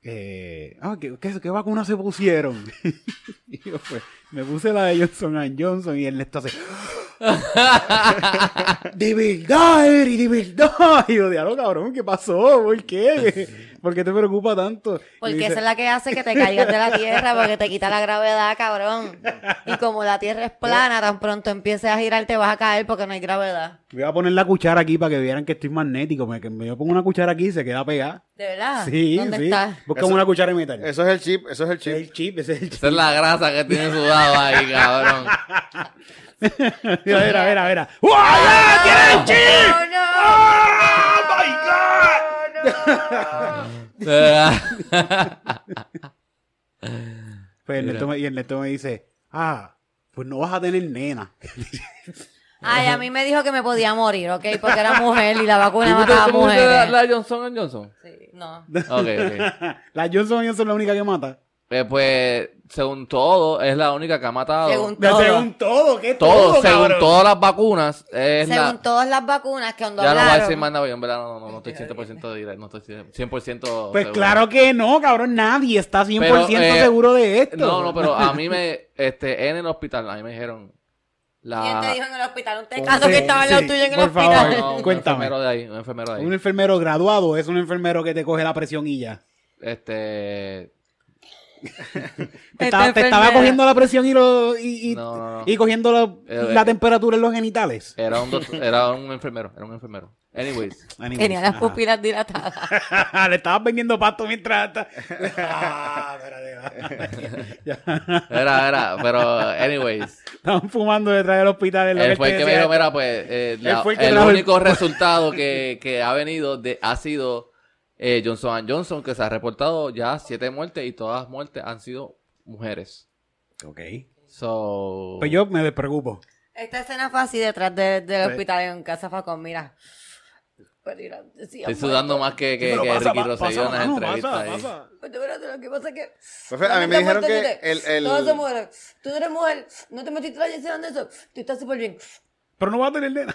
D: eh, ah, ¿qué, qué, qué vacuna se pusieron? y yo, pues, me puse la de Johnson and Johnson y Ernesto hace, "Ah". de verdad, Eri, de verdad. Y yo, diablo, cabrón, ¿qué pasó? ¿Por qué? ¿Por qué te preocupa tanto? Y
C: Porque
D: dice,
C: esa es la que hace que te caigas de la tierra, porque te quita la gravedad, cabrón. Y como la tierra es plana, tan pronto empieces a girar te vas a caer porque no hay gravedad.
D: Voy a poner la cuchara aquí para que vieran que estoy magnético. Me, que me- yo pongo una cuchara aquí y se queda pegada.
C: ¿De verdad?
D: sí,
C: Ah, ¿Dónde
D: sí.
C: estás?
D: Busca
E: Eso-
D: una cuchara de metal.
E: Eso es el chip, eso es el
D: Ese
E: chip.
D: es el chip, ese es el chip.
F: Esa es la grasa que tiene sudado ahí, cabrón.
D: Mira, mira, mira, mira. ¡Uah! ¡Tiene el chip!
C: ¡Oh, no!
D: Pues Ernesto me, y Ernesto me dice, ah, pues no vas a tener nena.
C: Ay, a mí me dijo que me podía morir, ¿ok? Porque era mujer y la vacuna
F: ¿Tú te-
C: mataba
F: tú te- la,
C: mujeres.
F: la Johnson and Johnson?
C: Sí, no.
F: Ok, ok.
D: La Johnson Johnson es la única que mata.
F: Eh, pues, según todo, es la única que ha matado.
C: Según
D: De-
C: todo.
D: Según todo, ¿qué
F: todo,
D: todo,
F: según
D: cabrón?
F: todas las vacunas, es
C: Según
F: la...
C: todas las vacunas que cuando
F: Ya no voy a
C: hablaron-
F: decir más nada, yo en verdad no, no, no estoy 100% directo, no estoy 100%
D: Pues
F: seguro.
D: claro que no, cabrón. Nadie está 100%
F: Pero, eh,
D: seguro de esto.
F: No, no, pero a mí me, este, en el hospital, a mí me dijeron
C: ¿Quién te dijo
F: la...
C: en el hospital? Un tecato
D: Sí,
C: que estaba al lado
D: sí,
C: tuyo en el
D: por favor.
C: hospital.
F: No, un
D: Cuéntame.
F: enfermero de ahí, un enfermero de ahí.
D: Un enfermero graduado es un enfermero que te coge la presión y ya.
F: Este,
D: Te,
C: Esta
D: estaba- te estaba
C: enfermera.
D: cogiendo la presión y, lo- y, y-
F: No, no, no.
D: y cogiendo la,
F: Eh,
D: la
F: eh.
D: temperatura en los genitales.
F: era un, doct- era un enfermero, era un enfermero. Anyways,
D: Anyways,
C: Tenía las
E: Ah.
D: ajá.
C: pupilas dilatadas.
D: Le estabas vendiendo pasto mientras... ta- Ah, espérate, va. Ya.
F: era, era, pero anyways.
D: Estaban fumando detrás del hospital. en lo
F: Él
D: que
F: fue el
D: te
F: que me
D: decía.
F: dijo, mira, pues, eh, la-
D: fue el que
F: el
D: trajo el-
F: único resultado que, que ha venido de, ha sido eh, Johnson Johnson, que se ha reportado ya siete muertes y todas las muertes han sido mujeres.
D: Ok.
F: So...
D: Pues yo me despreocupo.
C: Esta escena fue así detrás de- del hospital en casa Facón, mira. Pero mira, sí,
F: Estoy
C: amor.
F: sudando más que, que, que Ricky Rosselló en las entrevistas ahí.
C: Pero espérate, lo que pasa es que...
E: Profe, a mí me dijeron que el, el-
C: Todas son mujeres. Tú no eres mujer. No te metiste la inyección de eso. Tú estás súper bien.
D: Pero no va a tener nena.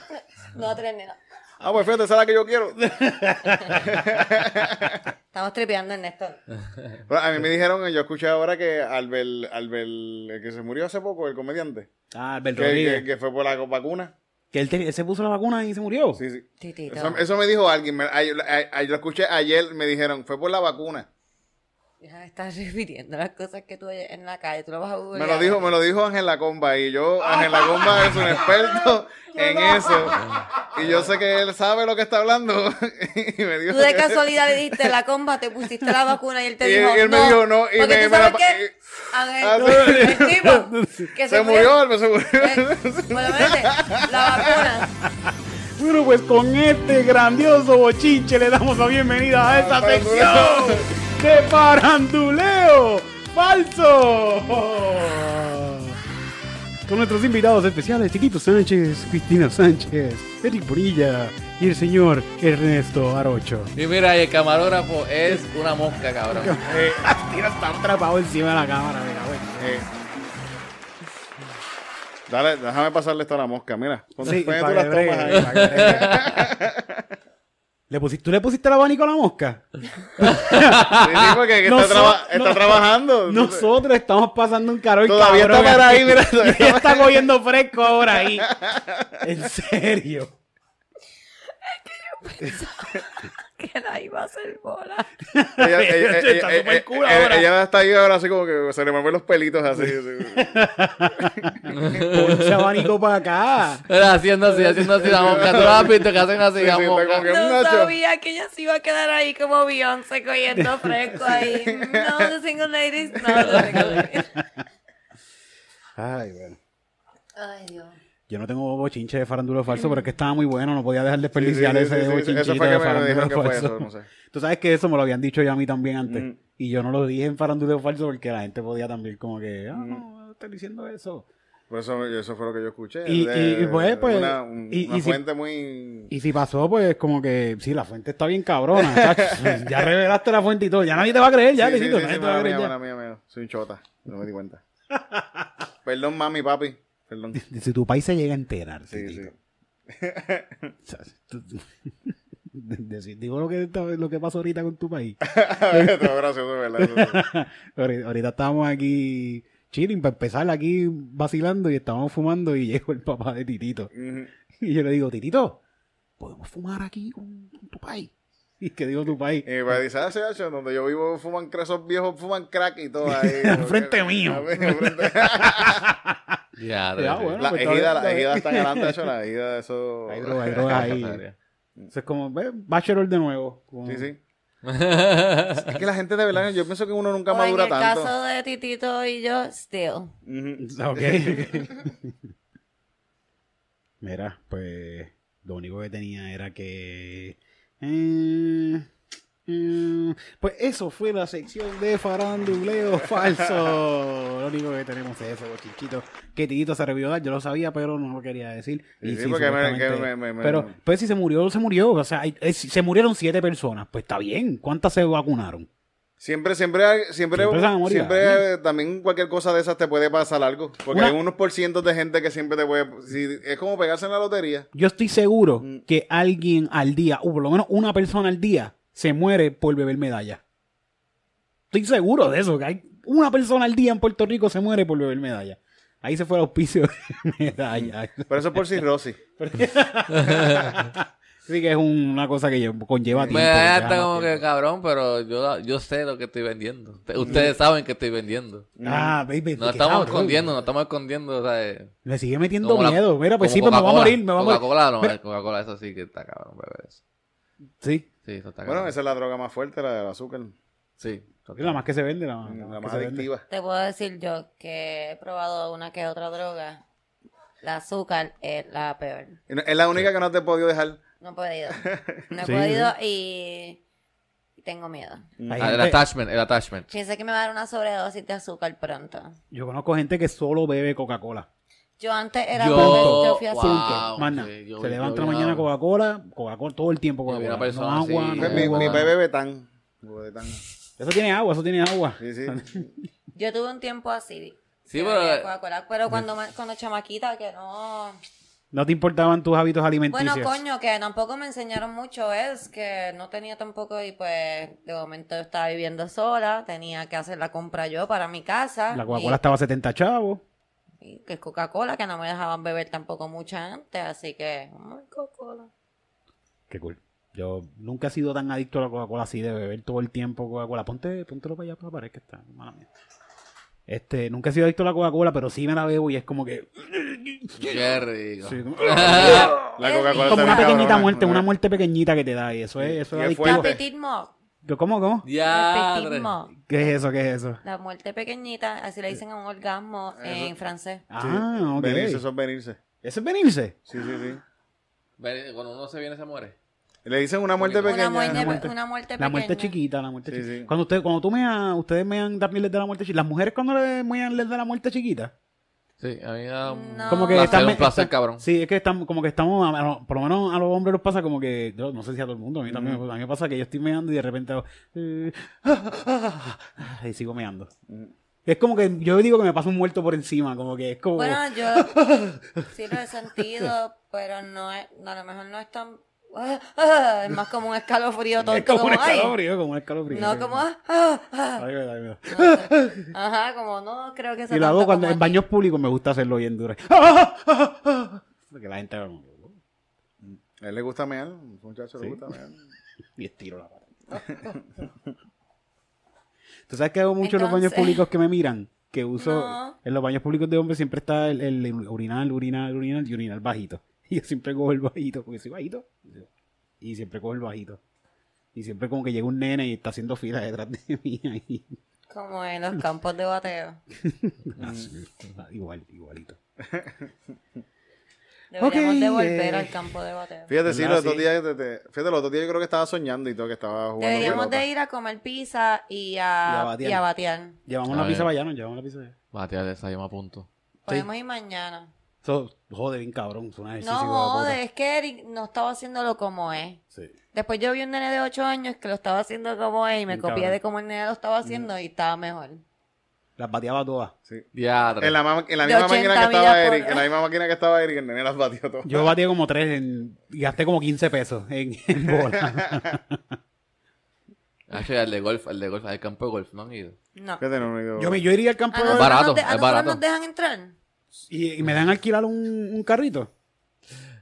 C: No vas a tener nena.
E: Ah, pues fíjate, esa es la que yo quiero.
C: Estamos tripeando, Ernesto.
E: Pero a mí me dijeron, yo escuché ahora que Albert, Albert, el que se murió hace poco, el comediante,
D: Ah, Albert
E: que, que-
D: Rodríguez. Que,
E: que fue por la vacuna.
D: él, te- él se puso la vacuna y se murió.
E: Sí, sí.
C: Titito.
E: Eso, eso me dijo alguien. me- ay- ay- ay- yo lo escuché ayer, me dijeron, fue por la vacuna.
C: Ya estás repitiendo las cosas que tú oyes en la calle. Tú lo vas a
E: Me
C: googlear.
E: lo dijo, me lo dijo Ángel Lacomba y yo, Ángel Lacomba es un experto en eso. Y yo sé que él sabe lo que está hablando. y me dijo
C: Tú de
E: que-
C: casualidad le diste la comba, te pusiste la vacuna y él te
E: Y-
C: dijo.
E: y él me
C: no,
E: dijo no, y
C: porque
E: me- me
C: tú sabes
E: la-
C: qué?
E: Ah,
C: Ángel,
E: sí.
C: el tipo que
E: se murió, él se
C: eh,
E: murió.
C: Bueno, vete, la vacuna.
D: Bueno, pues con este grandioso bochinche le damos la bienvenida a
E: Ah,
D: esta
E: pues, Paranduleo.
D: sección de paranduleo falso. Con nuestros invitados especiales, Chiquito Sánchez, Cristina Sánchez, Eric Bonilla y el señor Ernesto Arocho.
F: Y mira, y el camarógrafo es una mosca, cabrón.
E: Eh,
D: Tira, está atrapado encima de la cámara, me cago en-
E: eh. Dale, déjame pasarle esto a la mosca, mira. Cuando
D: Sí,
E: después
D: para
E: tú las
D: que
E: tomas
D: bregue,
E: ahí.
D: para que bregue. ¿Le pusiste, ¿Tú le pusiste el abanico a la mosca?
E: Sí, sí, porque que
D: Noso-
E: está, traba- está
D: nos-
E: trabajando.
D: Nosotros estamos pasando un caro
E: Todavía está
D: cabrón
E: para
D: aquí.
E: ahí, mira, todavía
D: Y está cogiendo fresco ahora ahí. En serio.
C: Que la iba a hacer bola.
E: Ella, ella, ella,
D: Está
E: ella-
D: súper cool
E: ella-
D: ahora.
E: ella está ahí ahora así como que se le mueven los pelitos así. así.
D: Ponche abanico pues, para acá.
F: Era haciendo así, haciendo así la mosca. Tú lo has visto que hacen así
E: Sí,
F: la
E: sí, está
F: mosca.
E: como que-
C: No
E: Nacho.
C: sabía que ella se iba a quedar ahí como Beyoncé cogiendo fresco ahí. No, the single ladies, no, the single ladies.
D: Ay, bueno.
C: Ay, Dios.
D: Yo no tengo bochinche de farandulo falso, pero es que estaba muy bueno. No podía dejar de desperdiciar
E: Sí, sí,
D: ese
E: sí, sí, sí.
D: bochinchito
E: Eso fue que
D: de
E: me
D: farandulo
E: dijeron que fue
D: falso.
E: eso, no sé.
D: Tú sabes que eso me lo habían dicho ya a mí también antes.
E: Mm.
D: Y yo no lo dije en faranduleo falso porque la gente podía también como que, ah, no, estás diciendo eso.
E: Por eso, eso fue lo que yo escuché.
D: Y-
E: de-
D: y- y pues,
E: de
D: pues,
E: una un-
D: y-
E: una
D: y si-
E: fuente muy.
D: Y si pasó, pues como que, sí, la fuente está bien cabrona. chacho. ya revelaste la fuente y todo. Ya nadie te va a creer, ya,
E: Sí, sí,
D: Luisito,
E: sí,
D: nadie
E: sí,
D: te va a
E: mala
D: creer.
E: mía,
D: ya.
E: mala mía, mía. Soy un chota. No me di cuenta. Perdón, mami, papi. Perdón.
D: Si tu país se llega a enterar,
E: Sí, sí.
D: Titito. O sea, tú- tú- de- de- digo lo que, está- lo que pasó ahorita con tu país.
E: Todo gracioso, ¿verdad?
D: Ahorita, ahorita estábamos aquí chilling para empezar aquí vacilando y estábamos fumando y llegó el papá de Titito.
E: Ujú.
D: Y yo le digo, Titito, ¿podemos fumar aquí con, con tu país? Y que digo tu país.
E: Y pues dice, ah, sí, hacho, donde yo vivo fuman cra- esos viejos fuman crack y todo ahí.
D: Enfrente mío.
E: A ver, enfrente-
D: Ya,
F: Ya, sí.
D: bueno.
E: La
D: pues,
E: ejida,
D: está
E: la
D: bien.
E: ejida está adelante, hecho, la ejida de eso.
D: Hay droga, hay droga ahí. Eso es como, ve, Bachelor de nuevo. Como-
E: Sí, sí. Es que la gente de verdad, yo pienso que uno nunca
C: O en
E: madura
C: el
E: tanto.
C: caso de Titito y yo, still.
E: Ujú.
D: Ok. Mira, pues lo único que tenía era que... eh, eh, pues eso fue la sección de faranduleo falso. Lo único que tenemos es eso, bochinchito. Que Titito se revió dar, yo lo sabía, pero no lo quería decir.
E: Sí, sí, porque me- que
D: supuestamente-
E: me- me-
D: pero
E: me-
D: pues si se murió, se murió. O sea, hay- es- se murieron siete personas. Pues está bien. ¿Cuántas se vacunaron?
E: Siempre, siempre, hay- siempre,
D: Siempre se van a morir,
E: siempre, eh, también cualquier cosa de esas te puede pasar algo. Porque
D: Una-
E: hay unos por cientos de gente que siempre te puede. si- es como pegarse en la lotería.
D: Yo estoy seguro
E: Mm.
D: que alguien al día, o por lo menos una persona al día, se muere por beber medalla. Estoy seguro de eso, que hay una persona al día en Puerto Rico se muere por beber medalla. Ahí se fue el auspicio de medalla.
E: Pero eso es por cirrosis.
D: Así que es una cosa que lle- conlleva tiempo.
F: Me da
D: que
F: hasta
D: lleva
F: como que
D: tiempo.
F: cabrón, pero yo, yo sé lo que estoy vendiendo. Te- Ustedes saben que estoy vendiendo.
E: Mm.
D: Ah, baby,
F: No
D: qué
F: estamos
D: cabrón.
F: escondiendo, no estamos escondiendo, o sea, eh,
D: Me sigue metiendo
F: como la-
D: miedo. Mira, pues
F: como
D: sí, pues me va a
F: Coca-Cola.
D: morir, me va a morir.
F: Coca-Cola no, eh, Coca-Cola eso sí que está cabrón, bebé. eso.
D: Sí,
F: Sí, eso está cabrón.
E: Bueno, esa es la droga más fuerte, la del azúcar.
F: Sí. Ah, eso
D: es
F: está
D: la más que se vende, la, la
E: La
D: Ah, que
E: más
D: se vende.
E: adictiva.
C: Te puedo decir yo que he probado una que otra droga. La azúcar es la peor.
E: Y no- Es la única que no te he podido dejar.
C: No he podido. No he
D: Sí,
C: podido y y tengo miedo.
D: Hay
F: Ah, el
D: gente-
F: attachment, el attachment.
C: Pensé que me va a dar una sobredosis de azúcar pronto.
D: yo conozco gente que solo bebe Coca-Cola.
C: Yo antes era
F: Yo-
C: yo, yo fui así.
F: Wow,
D: Punto. Más nada.
F: sí, yo-
D: se
F: yo
D: levanta
F: vi
D: la mañana
F: algo.
D: Coca-Cola, Coca-Cola todo el tiempo
F: vi una
D: Coca-Cola. No
F: persona
D: agua,
F: así.
D: no
E: Pues Mi,
D: agua.
E: mi bebé Betán. Hugo Betán.
D: Eso tiene agua, eso tiene agua.
E: Sí, sí.
C: Yo tuve un tiempo así.
F: Sí,
C: que
F: pero-
C: bebía Coca-Cola, pero cuando, ma- cuando chamaquita, que no.
D: No te importaban tus hábitos alimenticios.
C: Bueno, coño, que tampoco me enseñaron mucho, es que no tenía tampoco, y pues de momento yo estaba viviendo sola, tenía que hacer la compra yo para mi casa.
D: La
C: ah, y-
D: Coca-Cola estaba a 70 chavos.
C: y que es Coca-Cola, que no mm, me dejaban beber tampoco mucha antes, así que, ay, Coca-Cola.
D: Qué cool. Yo nunca he sido tan adicto a la Coca-Cola así de beber todo el tiempo Coca-Cola. Ponte, póntelo para allá para la pared que está, mala mía. Este, nunca he sido adicto a la Coca-Cola, pero sí me la bebo y es como que.
F: Qué rico.
D: sí, como-
E: La Coca-Cola
D: como
E: está
D: una
E: bien
D: pequeñita
E: cabrona.
D: muerte, una muerte pequeñita que te da y eso es, eso
E: Y
D: es
E: es
D: adictivo.
C: La
E: fuerte.
C: petit mort.
D: ¿Cómo, cómo?
C: La
F: Ya.
C: petit mort.
D: ¿Qué es eso? ¿Qué es eso?
C: La muerte pequeñita, así le dicen a un orgasmo en francés.
D: Ah, ok.
E: Venirse, eso es venirse.
D: ¿Eso es venirse?
E: Sí, sí, sí.
F: Ven, Cuando uno se viene, se muere.
E: Le dicen una muerte
F: Una
E: pequeña.
C: Una muerte,
D: Una muerte-
C: una muerte pequeña.
D: La muerte chiquita, la muerte
E: Sí,
D: chiquita.
E: sí.
D: Cuando, usted, cuando tú meas, ustedes mean también les da la muerte chiquita. Las mujeres cuando les mean les da la muerte chiquita.
F: Sí, a mí me da un
C: No.
D: Como que
F: placer,
D: están-
F: un placer,
D: están-
F: cabrón.
D: Sí, es que estamos, como que estamos, a- a lo- por lo menos a los hombres los pasa como que, yo no sé si a todo el mundo, a mí también me pasa- a mí me pasa que yo estoy meando y de repente hago, eh, ah, ah, ah, y sigo meando. Es como que yo digo que me pasa un muerto por encima, como que es como...
C: Bueno, yo sí lo he sentido, pero no es, a lo mejor no es tan... ah, ah, es más como un escalofrío tonto.
D: es como un
C: ay,
D: escalofrío, como un escalofrío.
C: No como... ah, ah, ah.
D: Ay, me da, me da.
C: Ajá, como no, creo que se
D: Y lo hago cuando en baños públicos me gusta hacerlo bien duro. Porque la gente como que, "Oh",
E: A él le gusta mear, muchacho le gusta mear.
D: y estiro la pata. ¿Tú sabes que hago mucho en los baños
C: Entonces-
D: públicos que me miran? Que uso
C: No.
D: en los baños públicos de hombres siempre está el, el urinal, urinal, urinal y urinal bajito. Y yo siempre cojo el bajito, porque soy bajito. Y siempre cojo el bajito. Y siempre como que llega un nene y está haciendo fila detrás de mí ahí.
C: Como en los campos de bateo.
D: Ah, Igual, igualito.
C: Deberíamos
D: Ok,
C: de volver
D: eh.
C: al campo de bateo.
E: Fíjate, sí,
D: ¿Verdad?
E: los dos
D: Sí.
E: días, te- te- fíjate, los dos días yo creo que estaba soñando y todo, que estaba jugando.
C: Deberíamos
E: pelota.
C: de ir a comer pizza
D: Y
C: y a,
D: a batear.
C: y a batear.
D: Llevamos
F: A
D: la
F: ver.
D: pizza para allá, nos llevamos la pizza para allá.
F: Batear esa, yo me apunto.
C: Podemos ir mañana.
D: Eso jode bien cabrón, es un ejercicio.
C: No,
D: hijo de puta.
C: jode, es que Eric no estaba haciéndolo como es.
D: Sí.
C: Después yo vi un nene de 8 años que lo estaba haciendo como es y me
D: Bien
C: copié
D: cabrón.
C: de cómo el nene lo
F: Mm.
C: estaba haciendo y estaba mejor.
D: Las bateaba todas.
E: Sí.
F: Diadre.
E: En la, ma- en la
C: De
E: misma máquina
C: 80
E: que estaba
C: millas por
E: Eric, en la misma máquina que estaba Eric, el nene las batió todas.
D: Yo batía como tres en- y gasté como 15 pesos en, en bola.
F: Ah, sí, el de golf, el de golf, al campo de golf, no han ido.
C: No. Ah,
E: Fíjate, no, no,
D: yo, me- yo iría al campo
C: ¿A
D: de
C: nosotros,
D: golf
F: Barato,
C: nos, de- a
F: es
C: nosotros
F: barato.
C: nos dejan entrar?
D: y, y me dan a alquilar un, un carrito.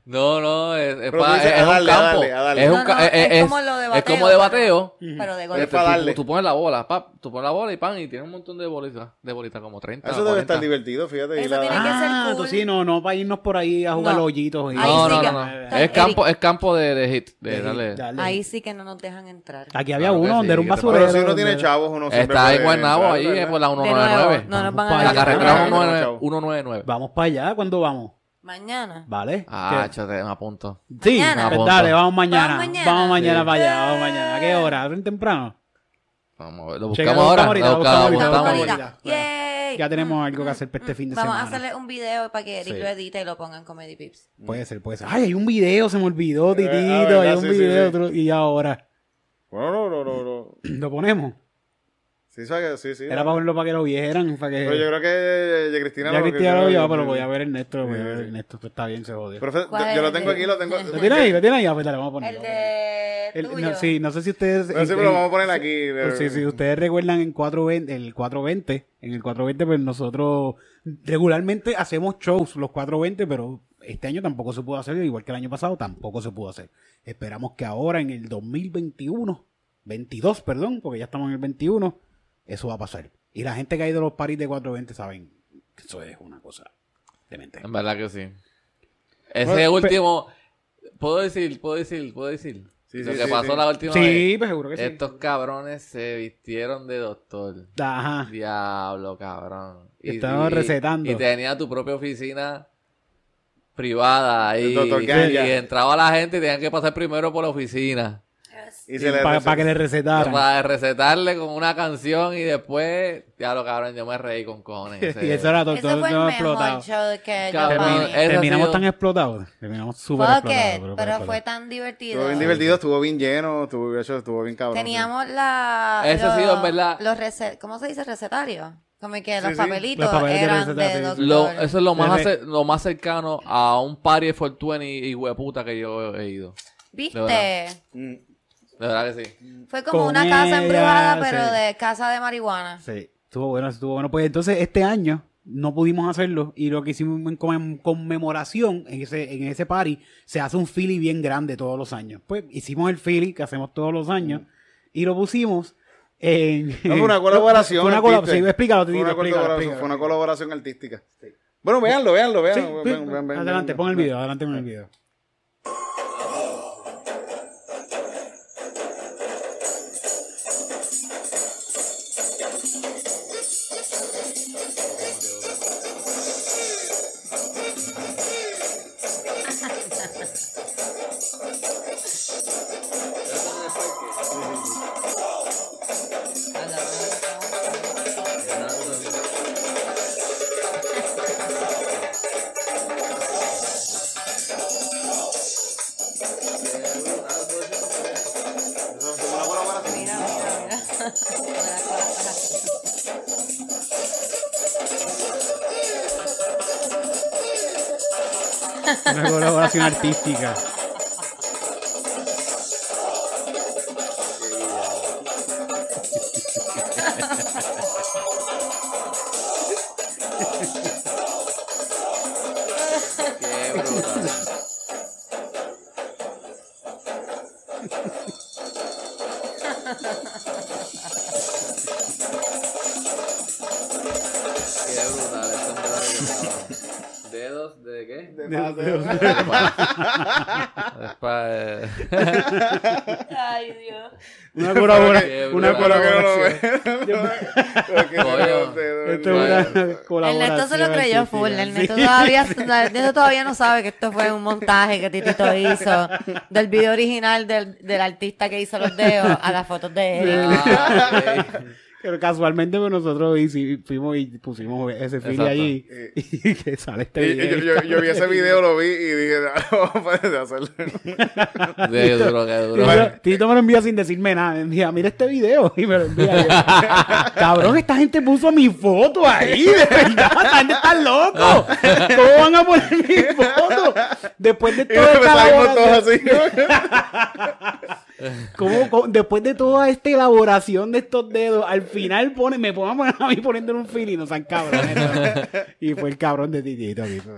F: No, no, es, es
E: Pero
F: pa-
E: tú dices, a
F: es- es un
E: darle, a
F: campo.
E: darle, a darle.
F: Es,
C: No,
F: un ca-
C: no,
F: es,
C: es
F: es-
C: como lo de
F: es como
C: bateo,
F: de
C: pero-
F: bateo. Este,
C: Pero de
E: Es
C: golpe.
E: pa'
F: Tú-
E: darle.
F: Tú, pones la bola, pap, tú pones la bola y pan, y tiene un montón de bolitas, de bolitas como 30.
E: Eso debe estar
F: 40.
E: divertido, fíjate. y
C: Eso
E: la-
C: tiene
D: Ah,
C: que ser cool.
D: entonces sí, no, no para irnos por ahí a jugar
C: No.
D: los hoyitos. y-
C: Ahí
F: No,
C: sí
F: no,
C: que-
F: no, no.
C: Eric.
F: Es campo, es campo de, de hit, de
D: Sí,
F: darle.
D: dale.
C: Ahí sí que no nos dejan entrar.
D: Aquí había
F: Claro que
D: uno
F: sí,
D: donde era un
F: que te-
D: basurero.
E: Pero si uno
D: donde-
E: tiene chavos, uno siempre
F: Está en
E: puede
F: Guaynabo,
E: entrar,
F: ahí,
E: ¿verdad?
F: por la
C: De nuevo,
F: 199.
C: no
D: Vamos
C: nos van a
D: pa'
F: La
D: allá.
C: dejar
F: carretera
C: entrar.
E: Vamos.
F: 199. 199.
D: Vamos para allá, ¿cuándo vamos?
C: Mañana.
D: ¿Vale?
F: Ah,
D: ¿Qué?
F: chate, me apunto.
D: sí,
C: mañana.
D: pues dale, vamos mañana.
C: Vamos
D: Vamos
C: mañana.
D: mañana,
F: Sí.
D: para allá, vamos mañana. ¿A qué hora? ¿Abren temprano?
F: Vamos a ver, lo
D: Checa,
F: buscamos ahora.
D: ahorita,
F: Lo buscamos,
D: buscamos
F: buscamos
D: ahorita.
F: ahorita.
D: ahorita.
C: Yay.
D: Ya tenemos
C: Mm,
D: algo que
C: mm,
D: hacer para este
C: mm.
D: fin de
C: Vamos
D: semana.
C: a hacerle un video para que Eric
D: Sí.
C: lo edite y lo ponga en Comedy Pips.
D: Puede ser, puede ser. Ay, hay un video, se me olvidó, Titito. hay
E: Mm. Eh, ah, verdad,
D: un
E: sí, sí,
D: video.
E: sí.
D: otro- Y ahora,
E: Bueno, no, no, no, no.
D: ¿lo ponemos?
E: Sí, sabe que- sí, sí.
D: Era para verlo para que lo vieran, para que...
E: Pero yo creo que ya Cristina
D: ya
E: lo-
D: Cristiano lo llevaba, pero
E: sí.
D: voy a ver Ernesto, voy a ver
E: Sí.
D: Ernesto, pues está bien, se jodió.
E: Profe,
C: ¿Cuál
E: yo-
C: es
E: yo lo
C: el
E: tengo
C: de-
E: aquí, lo tengo.
D: ¿Lo tiene ahí? ¿Lo tiene ahí? Ah, pues dale, vamos a ponerlo.
C: El de.
D: El-
C: tuyo.
D: no, sí, no sé si ustedes...
E: No sé, pero lo vamos a poner aquí.
D: Pues sí, si ustedes recuerdan en 420, el 420, en el 420, pues nosotros regularmente hacemos shows los 420, pero este año tampoco se pudo hacer, igual que el año pasado tampoco se pudo hacer. Esperamos que ahora en el 2021, 22, perdón, porque ya estamos en el 21, eso va a pasar. Y la gente que ha ido a los paris de 420 saben que eso es una cosa demente.
F: En verdad que sí. Ese
D: Bueno,
F: último. Puedo decir, puedo decir, puedo decir.
E: Sí,
F: lo
E: sí,
F: que
E: sí,
F: pasó
E: sí.
F: la última vez.
D: Sí, pues seguro que sí.
F: Estos cabrones se vistieron de doctor.
D: Ajá.
F: Diablo, cabrón.
D: Estaban recetando.
F: Y tenía tu propia oficina privada. Y,
E: El doctor
F: y-
E: Ganja.
F: y entraba la gente y tenían que pasar primero por la oficina.
E: Y se le
D: Para que le recetaran.
F: Para recetarle con una canción y después. Diablo, cabrón, yo me reí con cojones.
D: y eso era todo,
C: Ese fue
D: todo,
C: el
D: todo
C: mejor
D: explotado.
C: show que yo
F: Cabrón,
C: pagué.
D: Termin-
F: Ese ha
D: terminamos
F: sido-
D: tan explotados. Terminamos súper
C: Fuck
D: explotados.
C: it,
D: pero-
C: pero
D: pero-
C: fue tan divertido.
E: Estuvo bien divertido, estuvo bien lleno, estuvo, de hecho, estuvo bien cabrón.
C: Teníamos la.
F: Ese ha
C: los-
F: sido, en verdad.
C: Los rece- ¿Cómo se dice recetario? Como que los
E: sí.
C: papelitos
D: Los papelitos
C: eran de
D: recetarios,
C: doctor.
D: sí.
F: Lo- eso es lo más,
D: Desde-
F: ace- lo más cercano a un party de 420 y hueputa que yo he ido. de verdad.
C: ¿Viste?
E: Mm.
F: De verdad que sí.
C: Fue como una
D: Comedia,
C: casa embrujada,
D: sí.
C: pero de casa de marihuana.
D: Sí, estuvo bueno, estuvo bueno. Pues entonces este año no pudimos hacerlo y lo que hicimos en conmem- conmemoración en ese, en ese party, se hace un Philly bien grande todos los años. Pues hicimos el Philly que hacemos todos los años y lo pusimos en...
E: No, fue una colaboración.
D: Fue una
E: artística.
D: colaboración. Sí, explícalo,
E: Fue
D: Titito,
E: una
D: explícalo,
E: colaboración-
D: explícalo.
E: Fue una colaboración artística. Bueno, véanlo, véanlo,
D: Sí,
E: véanlo.
D: sí,
E: ven, ven, ven,
D: adelante,
E: ven,
D: pon el
E: ven.
D: video, adelante pon el video.
C: Mira, mira, mira. Buena colaboración.
D: Una colaboración artística.
F: Qué brutal. Qué brutal, esto me da vergüenza. ¿Dedos de qué? De pa- de pa-
C: Ay, Dios.
D: Una colabora-
F: Qué
D: una
F: brutal.
D: colaboración.
E: Pero que no
F: Coño.
D: Esto es
E: te-
D: este, una colaboración
C: Ernesto se lo creyó
D: artística,
C: full. Ernesto,
D: sí.
C: todavía, Ernesto todavía no sabe que esto fue un montaje que Titito hizo del video original del, del artista que hizo los dedos a las fotos de él.
F: Ah, ok.
D: Pero casualmente pues, nosotros hici- fuimos y pusimos ese fili
F: Exacto.
D: allí
E: Eh.
D: y que sale este
E: Y- y
D: video.
E: yo, yo- yo vi ese video, lo vi y dije, "Ah, vamos a hacerlo.
F: Qué duro, qué duro.
D: Tito- Tito me lo envía sin decirme nada. Me envía, mira este video. Y me lo envía. Yo, Cabrón, esta gente puso mi foto ahí. De verdad, esta gente está loco. ¿Cómo van a poner mi foto? Después de
E: Y
D: toda esta
E: empezamos
D: elaboración-
E: todos así.
D: ¿Cómo- cómo- después de toda esta elaboración de estos dedos, al final pone, me pongo a poner a mí poniéndole un fili, no sean cabrones. ¿no? Y fue el cabrón de Titito. amigo.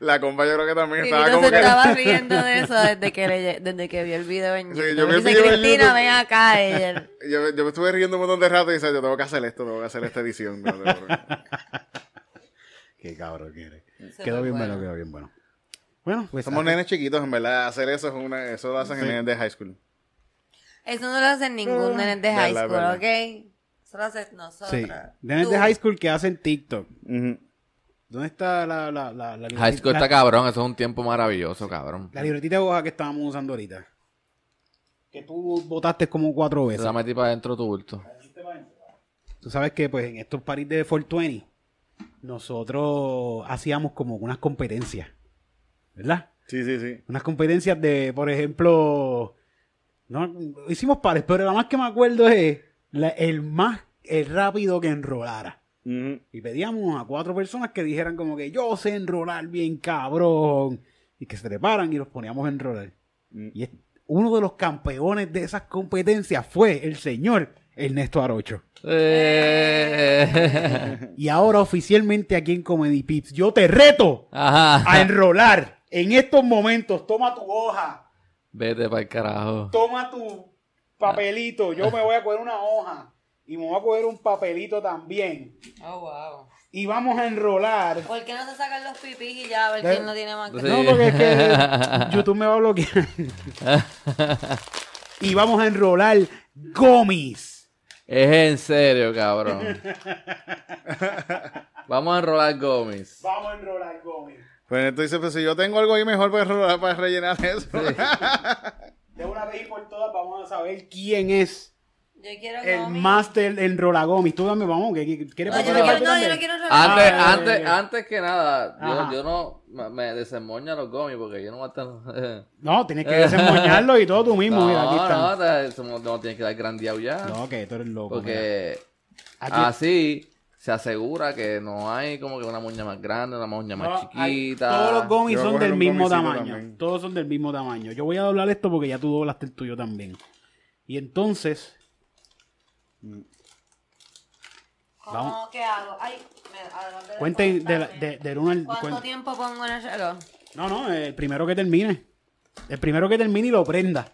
E: La compa yo creo que también estaba
C: Titito
E: como
C: se
E: que...
C: estaba riendo de eso desde que, le- desde que vio el video en
E: Sí, yo
C: YouTube.
E: vi el
C: Dice,
E: video en
C: Cristina,
E: YouTube".
C: ven acá. Y él,
E: Yo, yo me estuve riendo un montón de rato y dije, yo tengo que hacer esto, tengo que hacer esta edición. no, no, no".
D: Qué cabrón que eres.
C: Se
D: Quedó
C: fue
D: bien
C: bueno.
D: bueno, quedó bien bueno. Bueno, pues
E: Somos nenes chiquitos, en verdad. Hacer eso es una... Eso lo hacen en nenes de high school.
C: Eso no lo hace ningún nene de high
E: verdad,
C: school,
E: Ah. verdad.
C: ¿ok? Eso lo haces nosotros.
D: Sí. Nenes de high school que hacen TikTok. ¿Dónde está la, la, la, la
F: High school
D: la-
F: está cabrón, eso es un tiempo maravilloso, cabrón.
D: la libretita de hoja que estábamos usando ahorita? Que tú votaste como cuatro
F: Te
D: veces.
F: la metí para adentro tu bulto.
D: Tú sabes que pues en estos parties de 420 nosotros hacíamos como unas competencias. ¿Verdad?
E: Sí, sí, sí.
D: Unas competencias de, por ejemplo, no hicimos pares, pero la más que me acuerdo es la- el más el rápido que enrolara.
E: Ujú.
D: Y pedíamos a cuatro personas que dijeran como que yo sé enrolar bien cabrón. Y que se preparan y los poníamos a enrolar.
E: Mm.
D: Y es- uno de los campeones de esas competencias fue el señor Ernesto Arocho.
F: Eh.
D: Y ahora oficialmente aquí en Comedy Pips, yo te reto a
F: Ajá.
D: enrolar en estos momentos. Toma tu hoja,
F: Vete para el carajo.
D: toma tu papelito. Yo me voy a coger una hoja y me voy a coger un papelito también.
C: Oh, wow.
D: Y vamos a enrolar.
C: ¿Por qué no se sacan los pipis y ya a ver
D: De-
C: quién lo tiene más que-
F: Sí.
D: No, porque es que YouTube me va a bloquear. y vamos a enrolar gomis.
F: Es en serio, cabrón. Vamos a enrolar gomis.
D: Vamos a enrolar gomis.
E: Pues entonces, pues si yo tengo algo ahí mejor para, enrolar- para rellenar eso.
D: De una vez y por todas vamos a saber quién es
C: Yo quiero
D: el
C: gomis.
D: máster enrola gomis. Tú dame, vamos, que que- quieres
C: No,
D: pasar
C: yo no
D: la
C: quiero,
D: parte
C: no, yo no
D: también?
C: quiero enrolar.
F: Antes,
D: Ah,
F: antes,
D: ok, ok.
F: antes que nada,
D: Ajá.
F: yo, yo no me- me desemmoña los gomis porque yo no voy a estar.
D: No, tienes que desemboñarlo y todo tú mismo.
F: No,
D: mira, aquí
F: no,
D: está.
F: te- somos- no tienes que dar grandeado ya.
D: No, que tú eres loco. mira.
F: porque
D: Aquí-
F: así se asegura que no hay como que una moña más grande, una moña
D: No,
F: más
D: hay-
F: chiquita.
D: todos los gomis
E: Yo voy a
D: son
E: coger
D: del
E: un
D: mismo
E: gomicito
D: tamaño.
E: también.
D: Todos son del mismo tamaño. Yo voy a doblar esto porque ya tú doblaste el tuyo también. Y entonces.
C: ¿Cómo
B: Vamos.
C: que hago? Ay, me adelanté de
B: Cuenten de, la-
C: contarme.
B: de, del uno al-
C: ¿Cuánto
B: cuen-
C: tiempo pongo en el reloj?
B: No, no, el primero que termine. El primero que termine y lo prenda.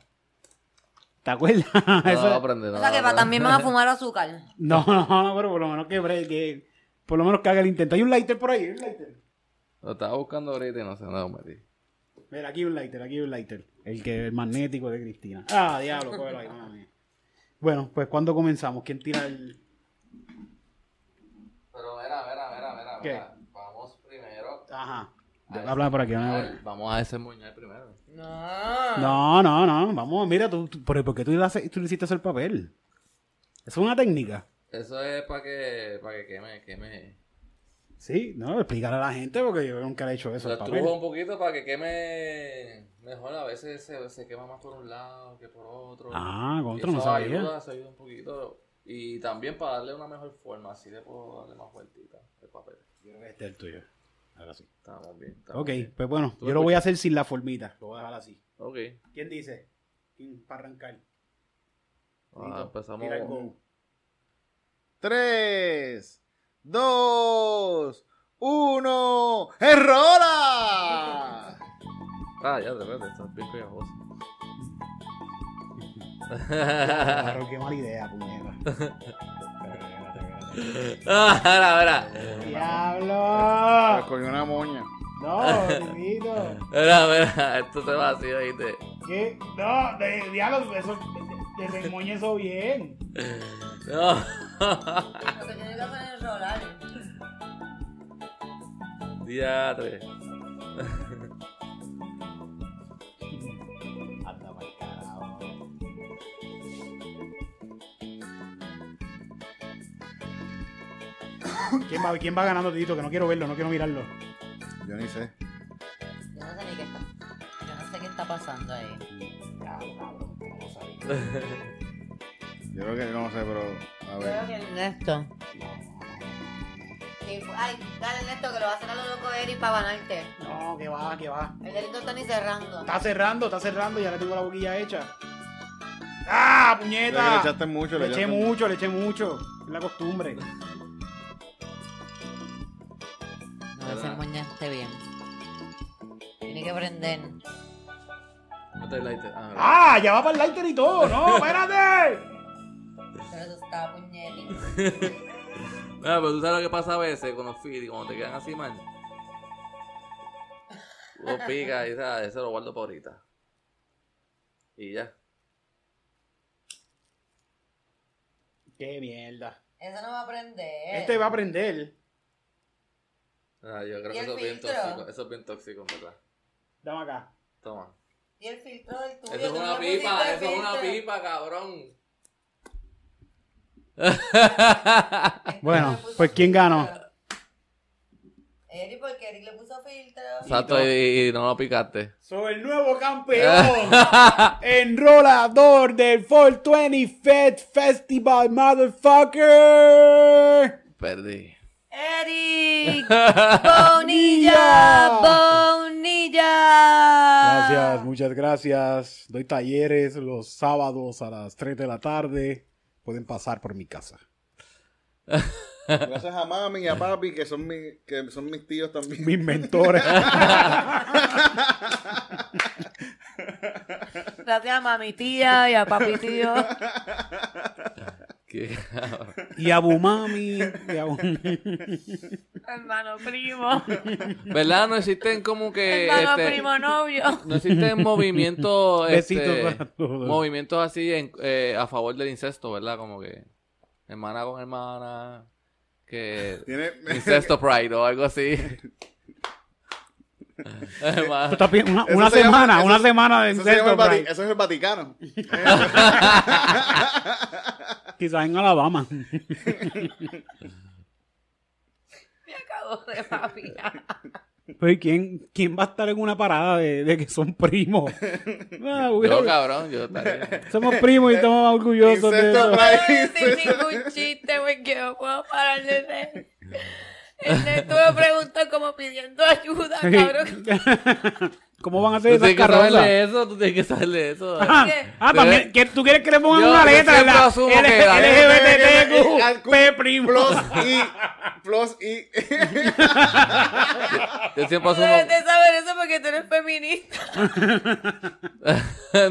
B: ¿Te acuerdas?
F: No,
B: Eso-
F: no, aprende, no,
C: o sea que
F: no,
C: va-
F: no.
C: también van a fumar azúcar.
B: No, no, no, pero por lo menos que, bre- que- por lo menos que haga el intento. Hay un lighter por ahí, hay un lighter.
F: Lo estaba buscando ahorita y no sé dónde lo metí.
B: Mira, aquí hay un lighter, aquí hay un lighter. El que el magnético de Cristina. Ah, diablo, cógelo ahí, mamá mía. Bueno, pues cuando comenzamos, ¿quién tira el
F: Pero mira, mira, mira, mira.
B: ¿Qué?
F: mira. Vamos primero.
B: Ajá. Habla por aquí, habla por aquí.
F: Ay, Vamos a desembuñar primero.
C: No.
B: No, no, no. Vamos, mira, tú, tú- pero ¿por qué tú le, haces- tú le hiciste hacer papel? Es una técnica.
F: Eso es para que, para que queme, queme.
B: Sí, no, explicar a la gente porque yo nunca le he hecho eso.
F: Lo
B: al papel.
F: estrujo un poquito para que queme mejor. A veces se, se quema más por un lado que por otro.
B: Ah, contra,
F: Y
B: no
F: eso
B: sabía.
F: Ayuda, eso ayuda un poquito. Y también para darle una mejor forma, así le puedo darle más vueltita el papel.
B: Este es el tuyo. Ahora sí.
F: Estamos bien. Estamos
B: Ok,
F: bien.
B: pues bueno,
F: Tú
B: yo lo voy a hacer sin la formita. Lo voy a dejar así.
F: Ok.
B: ¿Quién dice? ¿Quién para arrancar?
F: Ah, empezamos.
B: Tira el go.
E: Tres, dos, uno, ¡Errora!
F: Ah, ya, de verdad, estás bien pegajoso.
B: Claro, qué mala idea, puñeta.
F: Ah, Ahora,
E: Me
B: ¡Diablo!
E: cogió Pues una moña.
B: No, bonito.
F: ahora, ahora, ahora, esto se va así, oíste.
B: ¿Qué? No, de, diablo, eso, de, de- desmoña eso bien.
F: No.
C: Lo que tiene que hacer es rolar.
F: Día 3.
B: Anda pa'l carajo. ¿Quién va, ¿Quién va ganando, Tito? Que no quiero verlo, no quiero mirarlo.
E: Yo ni sé.
C: Yo no sé ni qué está. Yo no sé qué está pasando ahí.
E: Yo creo que no sé, pero. A
C: Creo
E: ver.
C: que Ernesto. Sí, fu- Ay, dale Ernesto que lo va a hacer a lo loco Eric para ganarte.
B: No, que va, que va.
C: El delito está ni cerrando.
B: Está cerrando, está cerrando, ya le tengo la boquilla hecha. ¡Ah,
E: Creo que le
B: puñeta!
E: echaste mucho,
B: Le eché
E: echaste
B: mucho, le eché mucho. Es la costumbre.
C: No, ese moña esté bien. Tiene que prender.
F: No te lighter. Ah,
B: ¡Ah! Ya va para el lighter y todo, ¿no? ¡Espérate!
C: Pero eso está puñetito.
F: mira. Mira, pero tú sabes lo que pasa a veces con los feed cuando te quedan así mal. Lo pica y ¿sabes? eso lo guardo para ahorita. Y ya.
B: ¡Qué mierda!
C: Eso no va a prender.
B: Este va a prender.
F: Ah, yo creo
C: ¿Y
F: que
C: el
F: eso es bien
C: filtro?
F: tóxico. Eso es bien tóxico, en verdad.
B: Dame acá.
F: Toma.
C: Y el filtro del tuyo.
F: Eso es
C: tú
F: una
C: no le
F: pipa,
C: pusiste
F: eso es una
C: filtro.
F: pipa, cabrón.
C: Este no le
B: Bueno,
C: puso
B: pues ¿quién
C: filtro.
B: ganó?
C: Eric, porque Eric le puso filtro.
F: Exacto, y, y no lo picaste.
B: Soy el nuevo campeón enrolador del 420 Fed Festival, motherfucker.
F: Perdí.
C: Eric Bonilla, Bonilla.
G: Gracias, muchas gracias. Doy talleres los sábados a las 3 de la tarde. Pueden pasar por mi casa.
E: Gracias a mami y a papi, que son, mi- que son mis tíos también.
G: Mis mentores.
C: Gracias a mami tía y a papi tío.
F: Qué cabrón.
B: Y a Bumami. y a Bumami.
C: Hermano primo.
F: ¿Verdad? No existen como que.
C: Hermano
F: este,
C: primo novio.
F: No existen movimientos. este,
B: Besitos para todos.
F: movimientos así en- eh, a favor del incesto, ¿verdad? Como que. Hermana con hermana. Que.
E: Tiene-
F: Incesto Pride o algo así. Hermana-
B: Tú estás pidiendo Una,
E: Eso
B: una
E: se llama-
B: semana,
E: eso-
B: una semana de
E: Eso, se llama
B: incesto.
E: el Vati-
B: Brian.
E: eso es el Vaticano.
B: Quizás en Alabama.
C: Me acabo de papiar.
D: Pues,
B: Pero ¿quién, ¿quién va a estar en una parada de, de que son primos? Ah, güey,
F: yo, cabrón, yo estaría.
B: somos primos y estamos orgullosos de
E: Incesto
B: eso.
E: Pride.
C: Sin ningún chiste, me quedo. Puedo parar de reír. Ernesto me preguntó como pidiendo ayuda, cabrón.
D: ¿Cómo van a hacer
F: Tú
D: esas
F: tienes que saberle
D: carrozas?
F: eso, tú tienes que saberle eso.
D: Ajá. Ah, también, que ¿tú quieres que le pongan
F: Yo-
D: una
F: yo
D: letra?
F: siempre
D: La,
F: asumo que la
D: LGBTQ, primo.
E: Plus y. Plus y.
F: Yo siempre
C: Tú debes
F: asumo.
C: de saber eso porque tú eres feminista.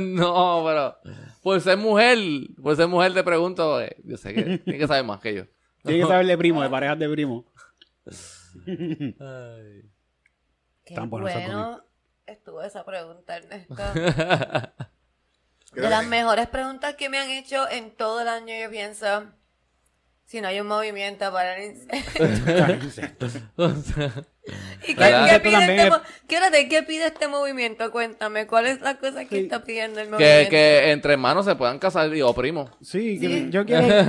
F: no, pero. Por ser mujer, por ser mujer te pregunto. eh, yo sé que tienes que saber más que yo.
D: Tiene que saberle primo, de parejas de primo.
C: Qué
D: Tan bueno estar
C: bueno estuvo esa pregunta, Ernesto. De las mejores preguntas que me han hecho en todo el año, yo pienso, si no hay un movimiento para el incendio. ¿Y qué,
F: Claro.
C: qué
D: Esto
C: pide
D: también
C: este,
D: es-
C: mo- ¿qué, hora de- qué pide este movimiento? Cuéntame, ¿cuál es la cosa que
D: Sí.
C: está pidiendo el
F: que,
C: movimiento?
F: que entre hermanos se puedan casar, digo, primo.
D: Sí, que-
C: Sí.
D: yo quiero,
C: Porque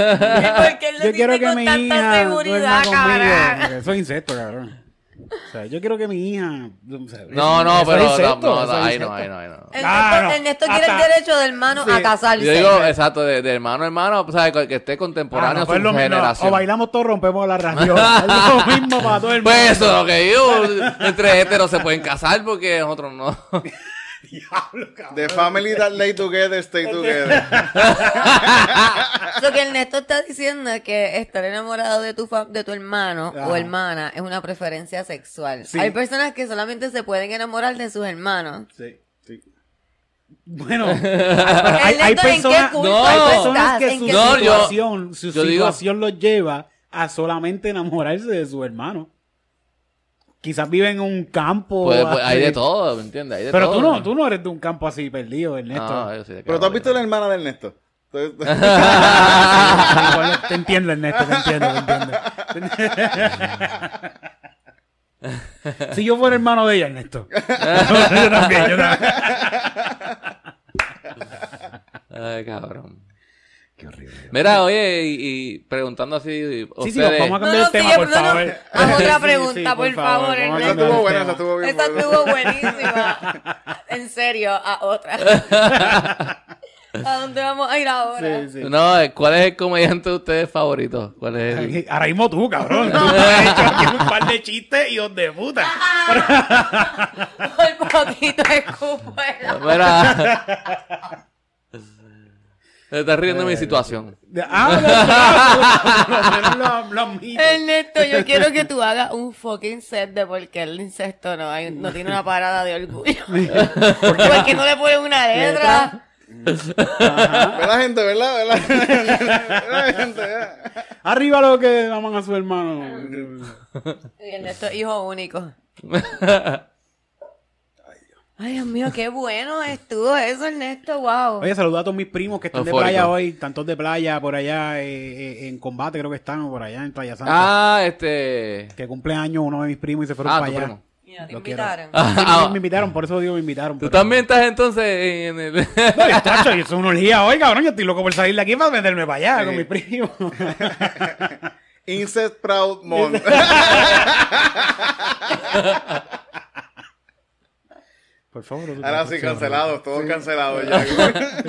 C: él lo
D: yo
C: dice
D: quiero que
C: con
D: mi
C: tanta
D: hija duerma
C: seguridad,
D: conmigo.
C: cabrón.
D: porque Eso es incesto, cabrón. O sea, yo quiero que mi hija... o sea, ah,
F: No,
D: eso-
F: no,
D: eso es
F: pero. no,
D: incesto,
F: no,
D: eso es
F: ahí no,
D: incesto.
F: ahí no, ahí no.
C: Ernesto,
D: Claro.
C: Ernesto quiere
D: Hasta-
C: el derecho del hermano a casarse.
F: Yo digo, exacto, de, de hermano a hermano, o sea, que esté
D: Ah,
F: contemporáneo
D: no,
F: a su
D: pues lo mismo,
F: generación.
D: o bailamos todos, rompemos la radio. es lo mismo para todo el mundo.
F: Pues eso es lo que digo. Entre heteros se pueden casar porque nosotros no.
E: The family that lay together, stay together.
C: Lo que Ernesto está diciendo es que estar enamorado de tu, fa- de tu hermano o
D: Ajá.
C: hermana es una preferencia sexual.
D: Sí.
C: Hay personas que solamente se pueden enamorar de sus hermanos.
D: Sí, sí. Bueno, hay, hay
C: Ernesto, ¿en
D: personas,
C: qué culto
F: No,
C: tú
D: personas
C: estás?
D: que
C: ¿En
D: su
C: qué
F: No,
C: culto?
F: yo-
D: situación, su
F: yo digo-
D: situación los lleva a solamente enamorarse de su hermano. Quizás viven en un campo.
F: Pues, pues, hay de
D: así.
F: todo, ¿me entiendes? Hay de
D: Pero
F: todo.
D: tú no, tú no eres de un campo así perdido, Ernesto.
F: No, yo sí, de
E: Pero tú has visto la
F: cabrón.
E: hermana de Ernesto. Entonces-
D: Igual, te entiendo, Ernesto, te entiendo, te entiendo. si yo fuera hermano de ella, Ernesto. yo también, yo también.
F: Ay, cabrón. Mira, oye, y, y preguntando así.
D: Sí,
F: ustedes,
D: sí, vamos a cambiar
C: No,
D: el
C: no,
D: tema,
C: sí,
D: por
C: no, no.
D: favor.
C: Haz otra
D: Sí, sí,
C: pregunta, por favor,
D: vamos a
C: Ernesto.
E: Esa
D: cambiar el
E: estuvo
D: tema.
E: buena, esa estuvo bien
C: Esa
E: buena.
C: estuvo buenísima. En serio, a otra. ¿A dónde vamos a ir ahora?
D: Sí, sí.
F: No, eh, ¿cuál es el comediante de ustedes favorito? ¿Cuál es el-
D: Ay, Ahora mismo tú, cabrón. Tú me has hecho aquí un par de chistes y donde puta.
C: Por poquito escupo el agua.
F: Mira. Te estás riendo
D: Eh,
F: de mi situación.
D: Ah, no, no, no, no, no, no, no, no, no.
C: Ernesto, yo quiero que tú hagas un fucking set de por qué el incesto no, hay- no tiene una parada de orgullo. ¿Por qué no le ponen una letra?
E: ¿Verdad, gente? ¿Verdad? ¿Verdad? ¿Verdad, gente? ¿Verdad?
D: Arriba lo que aman a su hermano.
C: Y Ernesto es hijo único. Ay, Dios mío, qué bueno estuvo eso, Ernesto. Wow.
D: Oye, saludos a todos mis primos que están de
F: Eufórico.
D: playa hoy. Tantos de playa por allá, eh, eh, en combate creo que están, o por allá en Playa Santa.
F: Ah, este.
D: Que cumple años uno de mis primos y se fueron
F: Ah,
D: para
F: tu
D: allá.
F: primo.
C: Mira, te
D: Lo quiero.
C: invitaron.
F: Ah,
D: Sí,
F: ah,
D: me, me invitaron, por eso digo me invitaron.
F: Tú
D: pero-
F: también estás entonces en el.
D: No, yo, tacho, yo soy una orgía hoy, cabrón. Yo estoy loco por salir de aquí para meterme para allá con
E: Sí.
D: mis primos.
E: Incest Proud Month.
D: Por favor. tú-
E: Ahora
D: tú-
E: sí,
D: tú-
E: cancelados, todos cancelados ya.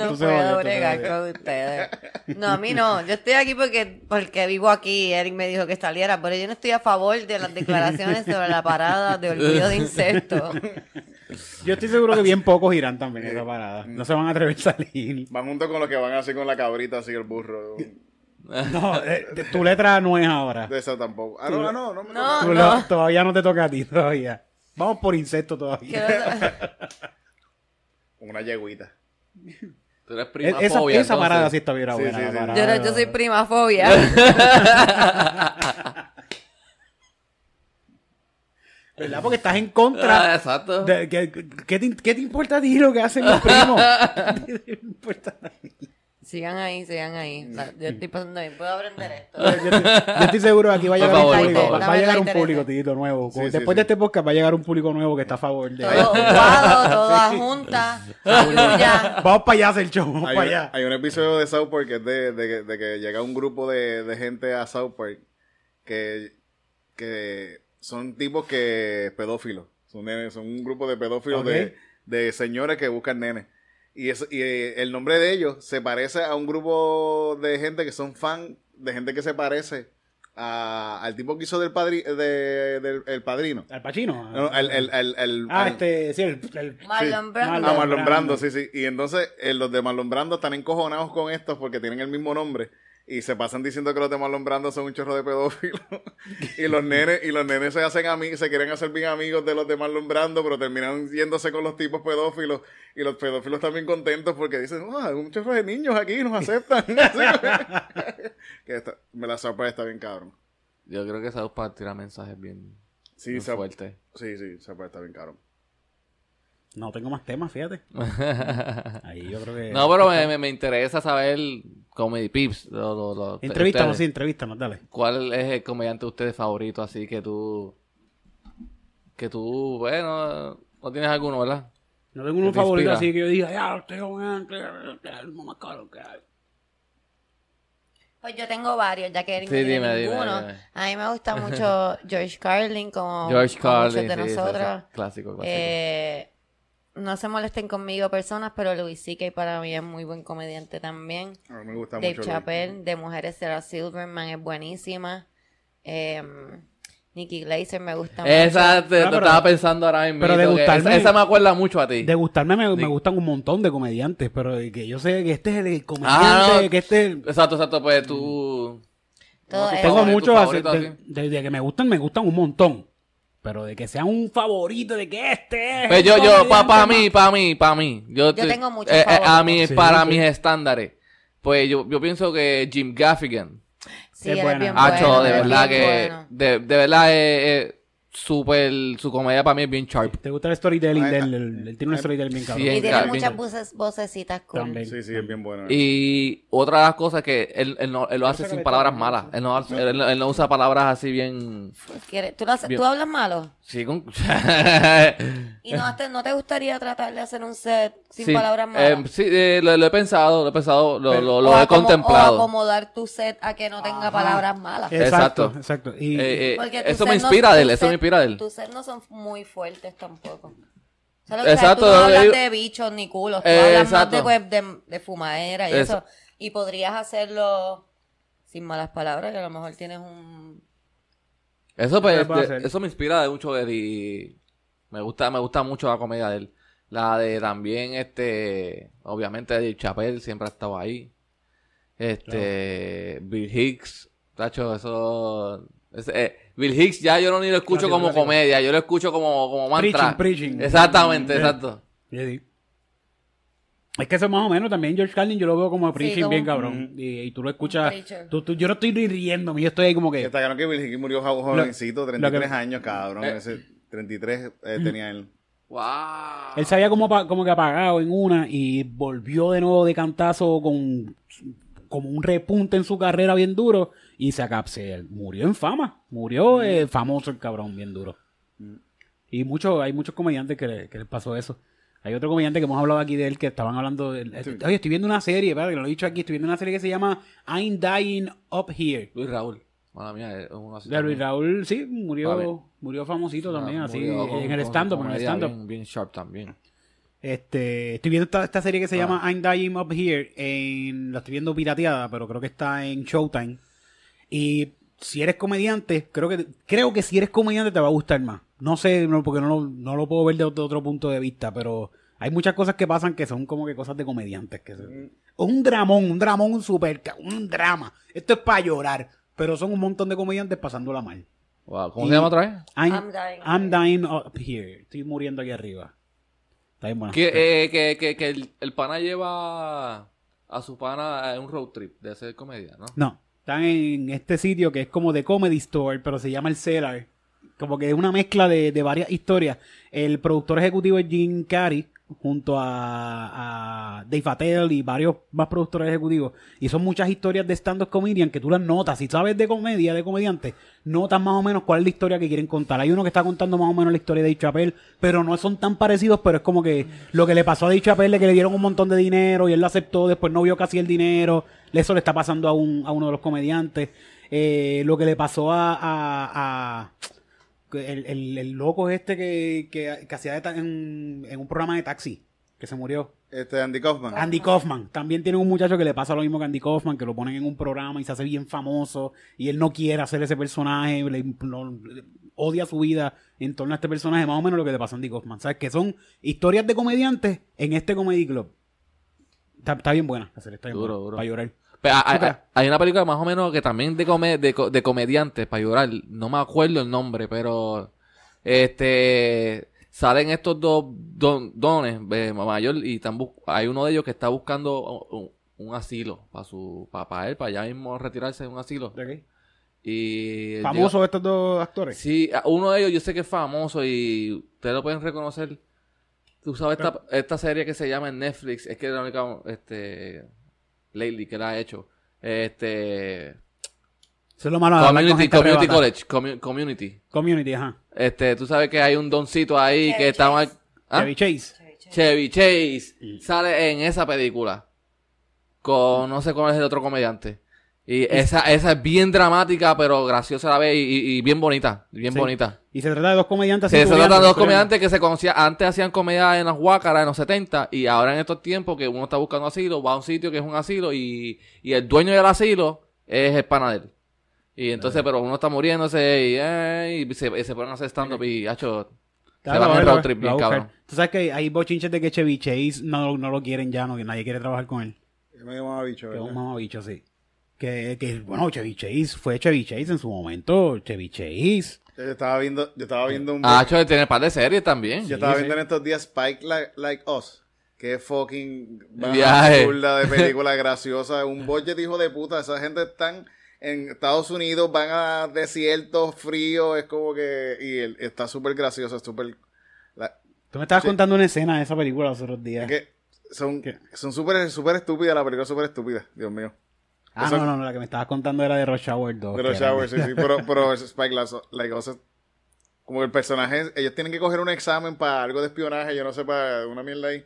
D: Tú
C: No
D: se odia, tú
C: puedo
D: se
C: bregar
D: odia.
C: con ustedes. No, a mí no. Yo estoy aquí porque, porque vivo aquí. Eric me dijo que saliera, pero yo no estoy a favor de las declaraciones sobre la parada de orgullo de insectos.
D: Yo estoy seguro que bien pocos irán también a esa parada. No se van a atrever a salir.
E: Van junto con los que van así con la cabrita, así el burro.
B: Ah,
D: No, eh, de- tu letra no es ahora.
E: De esa tampoco. Ah, no, ah, no, no me
C: No.
D: Tú lo- todavía no te toca a ti, todavía. Vamos por insecto todavía.
C: Quiero sa-
E: Una yeguita.
F: Tú eres
D: Es-
F: prima
D: E- Esa,
F: fobia,
D: esa parada sí
F: entonces.
D: está bien
E: Sí,
D: buena.
E: sí,
D: la
E: sí.
D: parada.
C: Yo, no- yo soy primafobia.
D: ¿Verdad? Porque estás en
F: Ah,
D: contra.
F: exacto.
D: de- que- que- ¿qué, te, qué te importa a ti lo que hacen los primos? ¿Qué te importa?
C: Sigan ahí, sigan ahí. O sea, yo estoy pasando bien. Puedo aprender esto.
D: Yo, estoy- yo estoy seguro que aquí va a
F: Por
D: llegar
F: favor,
D: un público.
F: por
D: Va,
F: favor.
D: va a llegar un
C: Dame la
D: público, Tito, nuevo.
E: Sí, sí,
D: Después de
E: sí.
D: este podcast va a llegar un público nuevo que está a favor de.
C: Todo ocupado, todas juntas. Yuya.
D: Vamos para allá a hacer el show, vamos
E: Hay
D: para
E: un,
D: allá.
E: hay un episodio de South Park que es de, de que- de que llega un grupo de, de gente a South Park que, que son tipos que pedófilos. Son, nenes, son un grupo de pedófilos de-
D: Ok.
E: de, señores que buscan nenes. Y, es- y eh, el nombre de ellos se parece a un grupo de gente que son fan de gente que se parece a- al tipo que hizo del, padri- de- del el padrino.
B: Al
D: Ah,
B: Pacino.
E: No, el, el, el, el-
B: ah,
E: el-
B: este, sí, el, el-
C: Marlon Brando.
E: Ah,
B: Marlon
E: Marlon Brando,
B: Brando.
E: sí, sí. Y entonces eh, los de Marlon Brando están encojonados con estos porque tienen el mismo nombre. Y se pasan diciendo que los de Marlon Brando son un chorro de pedófilos. y los nenes, y los nenes se hacen ami- se quieren hacer bien amigos de los de Marlon Brando, pero terminan yéndose con los tipos pedófilos. Y los pedófilos están bien contentos porque dicen, ah, hay un chorro de niños aquí, nos aceptan. que esta- me la sorpresa está bien cabrón.
F: Yo creo que South Park tira mensajes bien,
E: Sí,
F: bien
E: South-
F: fuertes.
E: sí, sí, South Park está bien cabrón.
B: No tengo más temas, fíjate. Ahí yo creo
D: Eh,
B: que.
F: No, pero me, me- me interesa saber Comedy Pips. Lo, lo- lo-
B: Entrevístanos, sí,
F: ustedes.
B: entrevístanos, dale.
F: ¿Cuál es el comediante de ustedes favorito? Así que tú. Que tú, bueno, no tienes alguno, ¿verdad?
B: No tengo uno
F: ¿Qué te
B: favorito
F: inspira?
B: así que yo diga, ya, usted es un ángel, es el más caro que hay.
C: Pues yo tengo varios, ya que Eric
F: Sí,
C: no tiene
F: dime, dime,
C: ninguno.
F: dime.
C: A mí me gusta mucho George Carlin, como
F: George
C: como
F: Carlin.
C: muchos de
F: sí, sí, sí.
C: nosotros.
F: Clásico, clásico.
C: Eh, no se molesten conmigo personas, pero Louis C.K. para mí es muy buen comediante también.
E: A mí me gusta
C: Dave
E: mucho.
C: Chappelle, de Mujeres Sarah Silverman es buenísima. Em, Nikki Glaser me gusta
F: esa te, te
B: Ah, pero-
F: estaba pensando ahora mismo.
B: pero de
F: que esa-
B: gustarme-
F: esa, me acuerda mucho a ti.
B: De gustarme, me, me
F: Ni-
B: gustan un montón de comediantes, pero de que yo sé que este es el comediante,
F: Ah, no.
B: que este es el-
F: Exacto, exacto, pues tú.
C: mucho. Todo eso.
F: tu
B: Eh, Tengo
F: favorito,
B: muchos,
F: tu
B: así,
F: favorito,
B: de, de- de que me gustan, me gustan un montón. Pero de que sea un favorito, de que este es...
F: Pues
B: el
F: yo, yo, para
B: comediante
F: mí, para mí, para mí. Yo, estoy- eh,
C: tengo muchos
F: A
C: favoritos.
F: mí,
B: Sí,
F: para
B: sí.
F: mis estándares. Pues yo, yo pienso que Jim Gaffigan.
C: Sí,
B: Es
C: él es
B: buena.
C: bien
B: Ah,
F: Hacho,
C: bueno,
F: de
C: él es
F: verdad
C: bien
F: que.
C: bueno.
F: De, de verdad es. es súper- su comedia para mí es bien sharp.
B: más. ¿Te gusta el storytelling?
E: Ah,
B: del, el- él tiene un storytelling bien cabrón.
F: Sí,
C: Y tiene
F: Carlin.
C: muchas voces- vocecitas cool.
B: También.
E: Sí, sí, es bien bueno.
F: Y otra de las cosas es que él, él no, él lo hace
B: sé
F: sin
B: que
F: palabras
B: le-
F: malas. Él no, hace- él no- él no usa palabras así bien.
C: ¿Quieres- ¿Tú, lo haces-
F: Bien.
C: ¿Tú hablas malo?
F: Sí, con.
C: ¿Y no te, no te gustaría tratar de hacer un set sin
F: Sí,
C: palabras
F: eh,
C: malas?
F: sí, eh, lo, lo he pensado, lo he pensado, lo, lo- lo
C: O
F: he
C: acomo-
F: contemplado.
C: O acomodar tu set a que no tenga palabras malas.
B: Exacto,
F: Exacto.
B: exacto. Y,
F: Eh, eh,
C: Porque tu
F: eso me
C: set no-
F: inspira de él,
C: tu
F: eso me
C: set-
F: inspira de él.
C: Tus sets no son muy fuertes tampoco. O sea, lo que- o sea,
F: Exacto,
C: tú no hablas
F: yo-
C: de bichos ni culos, tú
F: Eh,
C: hablas
F: exacto.
C: más de, pues, de, de fumadera y
F: Es-
C: eso. Y podrías hacerlo sin malas palabras, que a lo mejor tienes un...
F: Eso, pues,
B: Lo puedo
F: de-
B: hacer.
F: eso me inspira de mucho de él y me gusta, me gusta mucho la comedia de él. La de también, este, obviamente, de Chappelle siempre ha estado ahí. Este, Bill Hicks, tacho, eso... ese- eh, Bill Hicks ya yo no ni lo escucho
B: sí,
F: como
B: clásico.
F: comedia, yo lo escucho como, como mantra.
B: Preaching, preaching.
F: Exactamente,
B: Mm,
F: exacto.
B: y- y- Es que eso más o menos también George Carlin yo lo veo como preaching
C: como
B: bien
C: un-
B: cabrón. Y, y tú lo escuchas...
C: preacher.
B: tú- tú- yo no estoy ni riendo, yo estoy ahí como que...
E: Está claro que Virgil murió jo- jovencito,
B: lo que- eh,
E: 33 años, cabrón. Ese 33 eh, tenía él.
F: Wow.
B: Él se había como, apa- como que apagado en una y volvió de nuevo de cantazo con como un repunte en su carrera bien duro y se, acab- se murió en fama. Murió eh, famoso el cabrón, bien duro. Y mucho, hay muchos comediantes que, le- que les pasó eso. Hay otro comediante que hemos hablado aquí de él que estaban hablando. de- Oye, estoy viendo una serie, ¿verdad? Que lo he dicho aquí. Estoy viendo una serie que se llama I'm Dying Up Here.
F: Luis Raúl. Mala mía, es uno así
B: De
F: también.
B: Luis Raúl, sí,
F: A ver.
B: murió, murió famosito también,
F: Ah,
B: así,
F: murió con-
B: en el
F: con su
B: stand-up, en el
F: comedia
B: stand-up.
F: Bien, bien sharp también.
B: Este, estoy viendo esta, esta serie que se
F: Ah.
B: llama I'm Dying Up Here. En, la estoy viendo pirateada, pero creo que está en Showtime. Y si eres comediante, creo que creo que si eres comediante te va a gustar más. No sé, no, porque no, lo- no lo puedo ver de otro, otro punto de vista, pero hay muchas cosas que pasan que son como que cosas de comediantes. Que se- Un dramón, un dramón super, ca- un drama. Esto es para llorar, pero son un montón de comediantes pasándola mal.
F: Wow, ¿cómo
B: Y-
F: se llama otra vez?
B: I'm,
C: I'm dying.
B: I'm dying up here. Estoy muriendo aquí arriba. Está bien buena.
F: Que, eh, que, que, que el, el pana lleva a su pana a un road trip de hacer comedia, ¿no?
B: No, están en este sitio que es como de Comedy Store, pero se llama el Cellar. Como que es una mezcla de, de varias historias. El productor ejecutivo es Jim Carrey, junto a, a Dave Attell y varios más productores ejecutivos. Y son muchas historias de stand-up comedian que tú las notas. Si sabes de comedia, de comediante, notas más o menos cuál es la historia que quieren contar. Hay uno que está contando más o menos la historia de Dave Chappelle, pero no son tan parecidos, pero es como que lo que le pasó a Dave Chappelle es que le dieron un montón de dinero y él lo aceptó, después no vio casi el dinero. Eso le está pasando a, un, a uno de los comediantes. Eh, lo que le pasó a- a- a que el, el, el loco este que, que, que hacía de ta- en, en un programa de taxi.
D: que se murió.
E: Este, Andy Kaufman.
D: Andy Kaufman. También tiene un muchacho que le pasa lo mismo que Andy Kaufman, que lo ponen en un programa y se hace bien famoso y él no quiere hacer ese personaje, le, lo- le- odia su vida en torno a este personaje, más o menos lo que le pasó a Andy Kaufman. ¿Sabes? Que son historias de comediantes en este Comedy Club. Está, está bien buena. la serie está bien
F: Duro,
D: buena,
F: duro.
D: Para llorar.
F: Pero hay,
D: Ok.
F: hay- hay una película más o menos que también de, come- de, co- de comediantes para llorar. No me acuerdo el nombre, pero este salen estos dos don- dones eh, mayor y están bus- hay uno de ellos que está buscando un, un asilo para su para, él para allá mismo retirarse de un asilo y
D: Famosos estos dos actores.
F: Sí, a- uno de ellos yo sé que es famoso y ustedes lo pueden reconocer. Tú sabes esta, esta serie que se llama en Netflix, es que es la única este lately que la ha hecho. Este
D: Eso es lo
B: Ah,
D: malo de hablar con
F: Community,
D: gente
F: Community
D: arrebatada.
F: College, commu- Community.
D: Community, ajá.
F: Este, tú sabes que hay un doncito ahí
C: Chevy
F: que está mal-
C: Chase.
F: ¿Ah?
D: Chevy Chase.
F: Chevy Chase
D: Mm.
F: sale en esa película. Con no sé cuál es el otro comediante. Y esa, esa es bien dramática, pero graciosa a la vez y, y- y bien bonita. Bien
D: Sí.
F: bonita.
D: Y se trata de dos comediantes.
F: Se,
D: así
F: se trata de
D: coreanos,
F: dos
D: coreanos.
F: comediantes que se conocían, antes hacían comedia en las huácaras en los 70 y ahora en estos tiempos que uno está buscando asilo, va a un sitio que es un asilo y, y el dueño del asilo es el pana de él. Y entonces, pero uno está muriéndose y, eh, y se, se ponen a hacer stand-up y, hacho,
D: Claro,
F: se van
D: lo
F: en
D: voy a-
F: road trip,
D: lo voy a
F: bien
D: buscar.
F: cabrón.
D: Tú sabes que hay bochinches de que Chevy Chase no, no lo quieren ya, no, que nadie quiere trabajar con él.
E: Yo me llamaba bicho,
D: Que es un
E: ¿verdad?
D: mamabicho, sí. Que, que, bueno, Chevy Chase fue Chevy Chase en su momento. Chevy Chase.
E: Yo estaba viendo, yo estaba viendo un
F: Hacho de tener par de series también.
E: Yo estaba viendo en estos días Spike Like, Like Us. Qué fucking
F: Viaje.
E: burla de película graciosa. Un budget hijo de puta. Esa gente están en Estados Unidos, van a desiertos fríos. Es como que. Y él- está súper gracioso, súper. la-
D: Tú me estabas
E: Sí.
D: contando una escena de esa película los otros
E: es
B: Eh.
D: días.
E: que son
D: ¿Qué?
E: son súper súper estúpidas. La película es súper estúpida. Dios mío.
D: ah,
E: eso-
D: no, no, no, la que me estabas contando era de Rush Hour 2.
E: Pero
D: que era-
E: Shower, sí, sí. Pero, pero Spike Like Us- Like Us es- Como el personaje. Ellos tienen que coger un examen para algo de espionaje. Yo no sé, para una mierda ahí.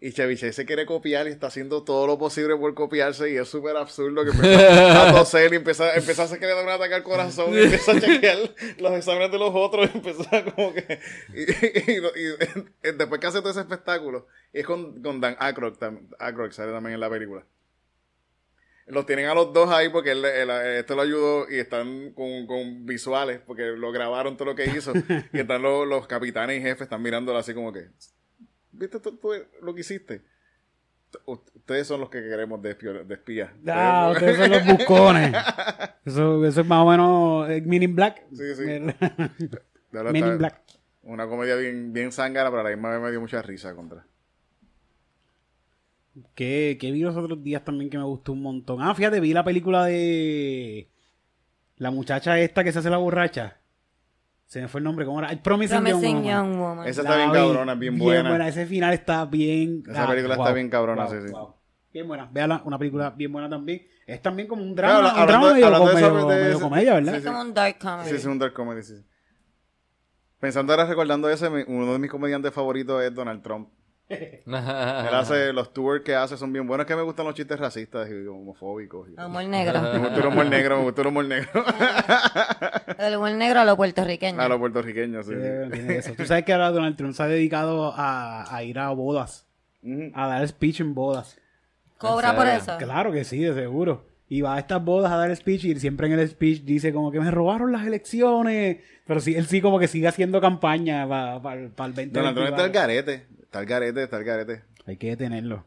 E: Y Chevy Chase se quiere copiar y está haciendo todo lo posible por copiarse y es súper absurdo que empieza a toser y empieza, empieza a hacer que le da un ataque al corazón y empieza a chequear los exámenes de los otros y empieza como que... Y, y- y- y después que hace todo ese espectáculo, es con, con Dan Aykroyd, tam- Aykroyd sale también en la película. Los tienen a los dos ahí porque él, él- este lo ayudó y están con, con visuales porque lo grabaron todo lo que hizo y están los, los capitanes y jefes, están mirándolo así como que... ¿Viste tú, tú lo que hiciste? T- ust- Ustedes son los que queremos de, espio- de espías.
D: Ah,
E: Ustedes-
D: ustedes son los buscones. Eso, eso es más o menos eh, Men in Black.
E: Sí, sí. De verdad,
D: Men in
E: está-
D: Black.
E: Una comedia bien, bien zángara, pero a la misma vez me dio mucha risa contra.
D: Que, que vi los otros días también que me gustó un montón. Ah, fíjate, vi la película de la muchacha esta que se hace la borracha. Se me fue el nombre, ¿cómo era? Ay, Promising,
C: Promising
D: Young Woman.
C: Young Woman.
E: Esa
D: La
E: está bien
D: vi,
E: cabrona, bien buena.
D: Ese final está bien.
E: Esa película está bien cabrona, sí, sí.
D: Bien buena. Véala, una película bien buena también. Es también como un
E: Claro,
D: drama,
E: habla-
D: un drama
E: hablando-
D: medio,
E: hablando
D: medio-
E: de esa- de
D: medio
E: esa-
D: comedia, ¿verdad?
E: sí,
C: Es como un dark comedy.
E: Sí, es un dark comedy, sí. Pensando ahora, recordando ese, mi- uno de mis comediantes favoritos es Donald Trump. Él hace los tours que hace, son bien buenos. Es que me gustan los chistes racistas y homofóbicos. y-
C: Humor negro.
E: Me gusta el humor negro, me gusta el humor negro.
C: El humor negro a lo puertorriqueño.
E: A los puertorriqueños, sí.
D: Sí,
E: sí.
D: tiene eso. Tú sabes que ahora Donald Trump se ha dedicado a, a ir a bodas,
E: Ujú.
D: a dar speech en bodas.
C: Cobra por eso.
D: Claro que sí, de seguro. Y va a estas bodas a dar speech y siempre en el speech dice como que me robaron las elecciones. Pero sí, él sí como que sigue haciendo campaña para el 20
E: Donald Trump está el garete. Está el garete, está el garete.
D: Hay que detenerlo.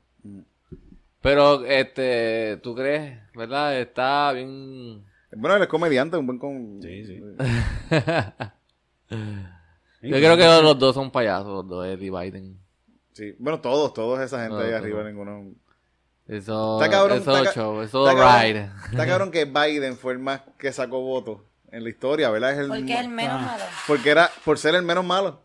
F: Pero, este, ¿tú crees? ¿Verdad? Está bien...
E: Bueno, él es comediante, un buen con...
D: Sí, sí.
F: Yo creo que los dos son payasos, los dos, él y Biden.
E: Sí. Bueno, todos, todos esa gente
F: Todos,
E: ahí
F: todos.
E: arriba, ninguno...
F: Eso,
E: Está cabrón,
F: eso
E: está ca-
F: show, eso
E: Está cabrón-
F: ride.
E: Está cabrón que Biden fue el más que sacó votos en la historia, ¿verdad? Es el
C: Porque es
E: más-
C: el menos malo.
E: Porque era por ser el menos malo.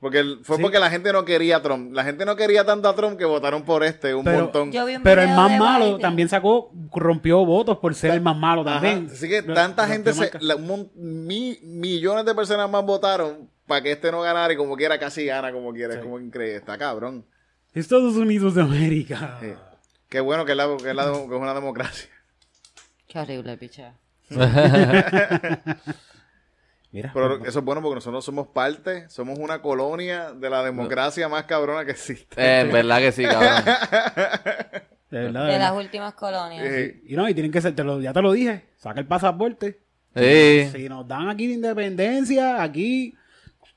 E: Porque el- fue
D: Sí.
E: porque la gente no quería a Trump. La gente no quería tanto a Trump que votaron por este un
D: Pero-
E: montón.
C: Yo vi un
D: Pero el
C: video
D: más
C: de
D: malo
C: Biden.
D: también sacó, rompió votos por ser el más malo
E: Ajá.
D: también.
E: Así que
D: Lo-
E: tanta
D: rompió
E: gente, se,
D: marca.
E: la- un mon- mi- millones de personas más votaron para que este no ganara y como quiera casi gana, como quiera. Es como increíble. Está cabrón.
D: Estados Unidos de América.
E: Sí. Qué bueno que es, la- que es la demo- que es una democracia.
C: Qué horrible, picha.
D: Mira.
E: Pero eso es bueno porque nosotros somos parte, somos una colonia de la democracia más cabrona que existe.
F: Eh, en verdad que sí, cabrón.
D: de
B: Ah,
D: verdad. de
C: De las
D: verdad.
C: últimas colonias.
E: Eh,
D: Y no, y tienen que ser, te lo- ya te lo dije, saca el pasaporte.
F: Sí.
D: Si nos dan aquí de independencia, aquí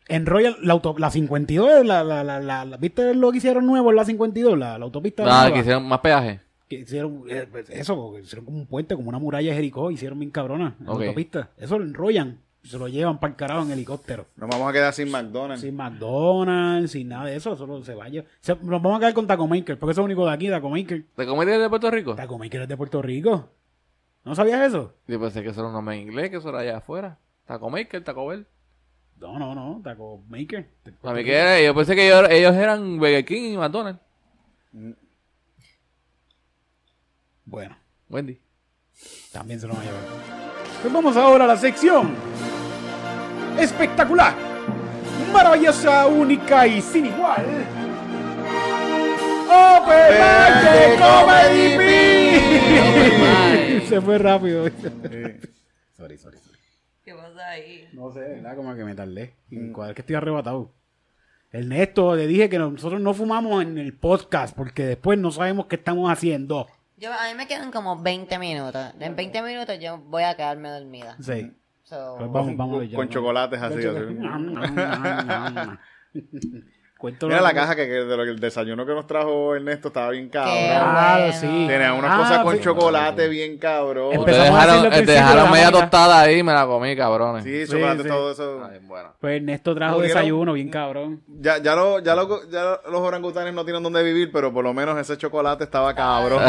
D: enrollan la, auto, la 52, la, la, la, la, la- ¿viste lo que hicieron nuevo en la 52? La, la autopista
F: Nada,
D: nueva?
F: Ah, que hicieron más peaje.
D: que hicieron eh, pues, eso, que hicieron como un puente, como una muralla de Jericó, hicieron bien cabrona en la
F: Ok.
D: autopista. Eso lo enrollan, y se lo llevan para el carajo en helicóptero.
E: nos vamos a quedar sin McDonald's.
D: Sin McDonald's, sin nada de eso, solo se vaya. Se- nos vamos a quedar con Taco Maker, porque eso es lo único de aquí, Taco Maker.
F: ¿Te comiste de Puerto Rico?
D: Taco Maker es de Puerto Rico. ¿No sabías eso?
F: Yo pensé que eso era un nombre en inglés, que eso era allá afuera. Taco Maker, Taco Bell.
D: No, no, no, Taco Maker.
F: A mí que era, yo pensé que ellos, ellos eran Burger King y McDonald's.
D: Mm. Bueno,
F: Wendy.
D: también se lo van a llevar. Pues vamos ahora a la sección. Espectacular. Maravillosa, única y sin igual. Open Mic de Comedy Beat. Se fue rápido. sorry, sorry, sorry.
C: ¿Qué pasa ahí?
D: No sé, ¿verdad? Como que me tardé. Igual que estoy arrebatado. Ernesto, le dije que nosotros no fumamos en el podcast porque después no sabemos qué estamos haciendo.
C: Yo, a mí me quedan como 20 minutos. En 20 minutos yo voy a quedarme dormida.
D: Sí.
C: So,
D: Pues vamos, vamos
E: con chocolates así, así.
D: Cuento
E: Mira la caja que, que de lo que el desayuno que nos trajo Ernesto estaba bien cabrón.
C: Qué-
D: Claro,
C: bueno.
D: sí.
E: Tenía unas
D: Ah,
E: cosas con
D: sí.
E: chocolate bien cabrón.
F: Te
D: Empezamos a
F: dejaron, eh,
D: hacerlo al
F: te
D: principio de
F: dejaron
D: la
F: media
D: vaina.
F: tostada ahí y me la comí, cabrones.
E: Sí, chocolate,
D: sí.
E: todo eso.
F: Ay, Ah, bueno.
D: Pues Ernesto trajo
E: Murieron.
D: desayuno, bien cabrón.
E: Ya, ya, lo- ya, lo- ya los orangutanes no tienen dónde vivir, pero por lo menos ese chocolate estaba cabrón.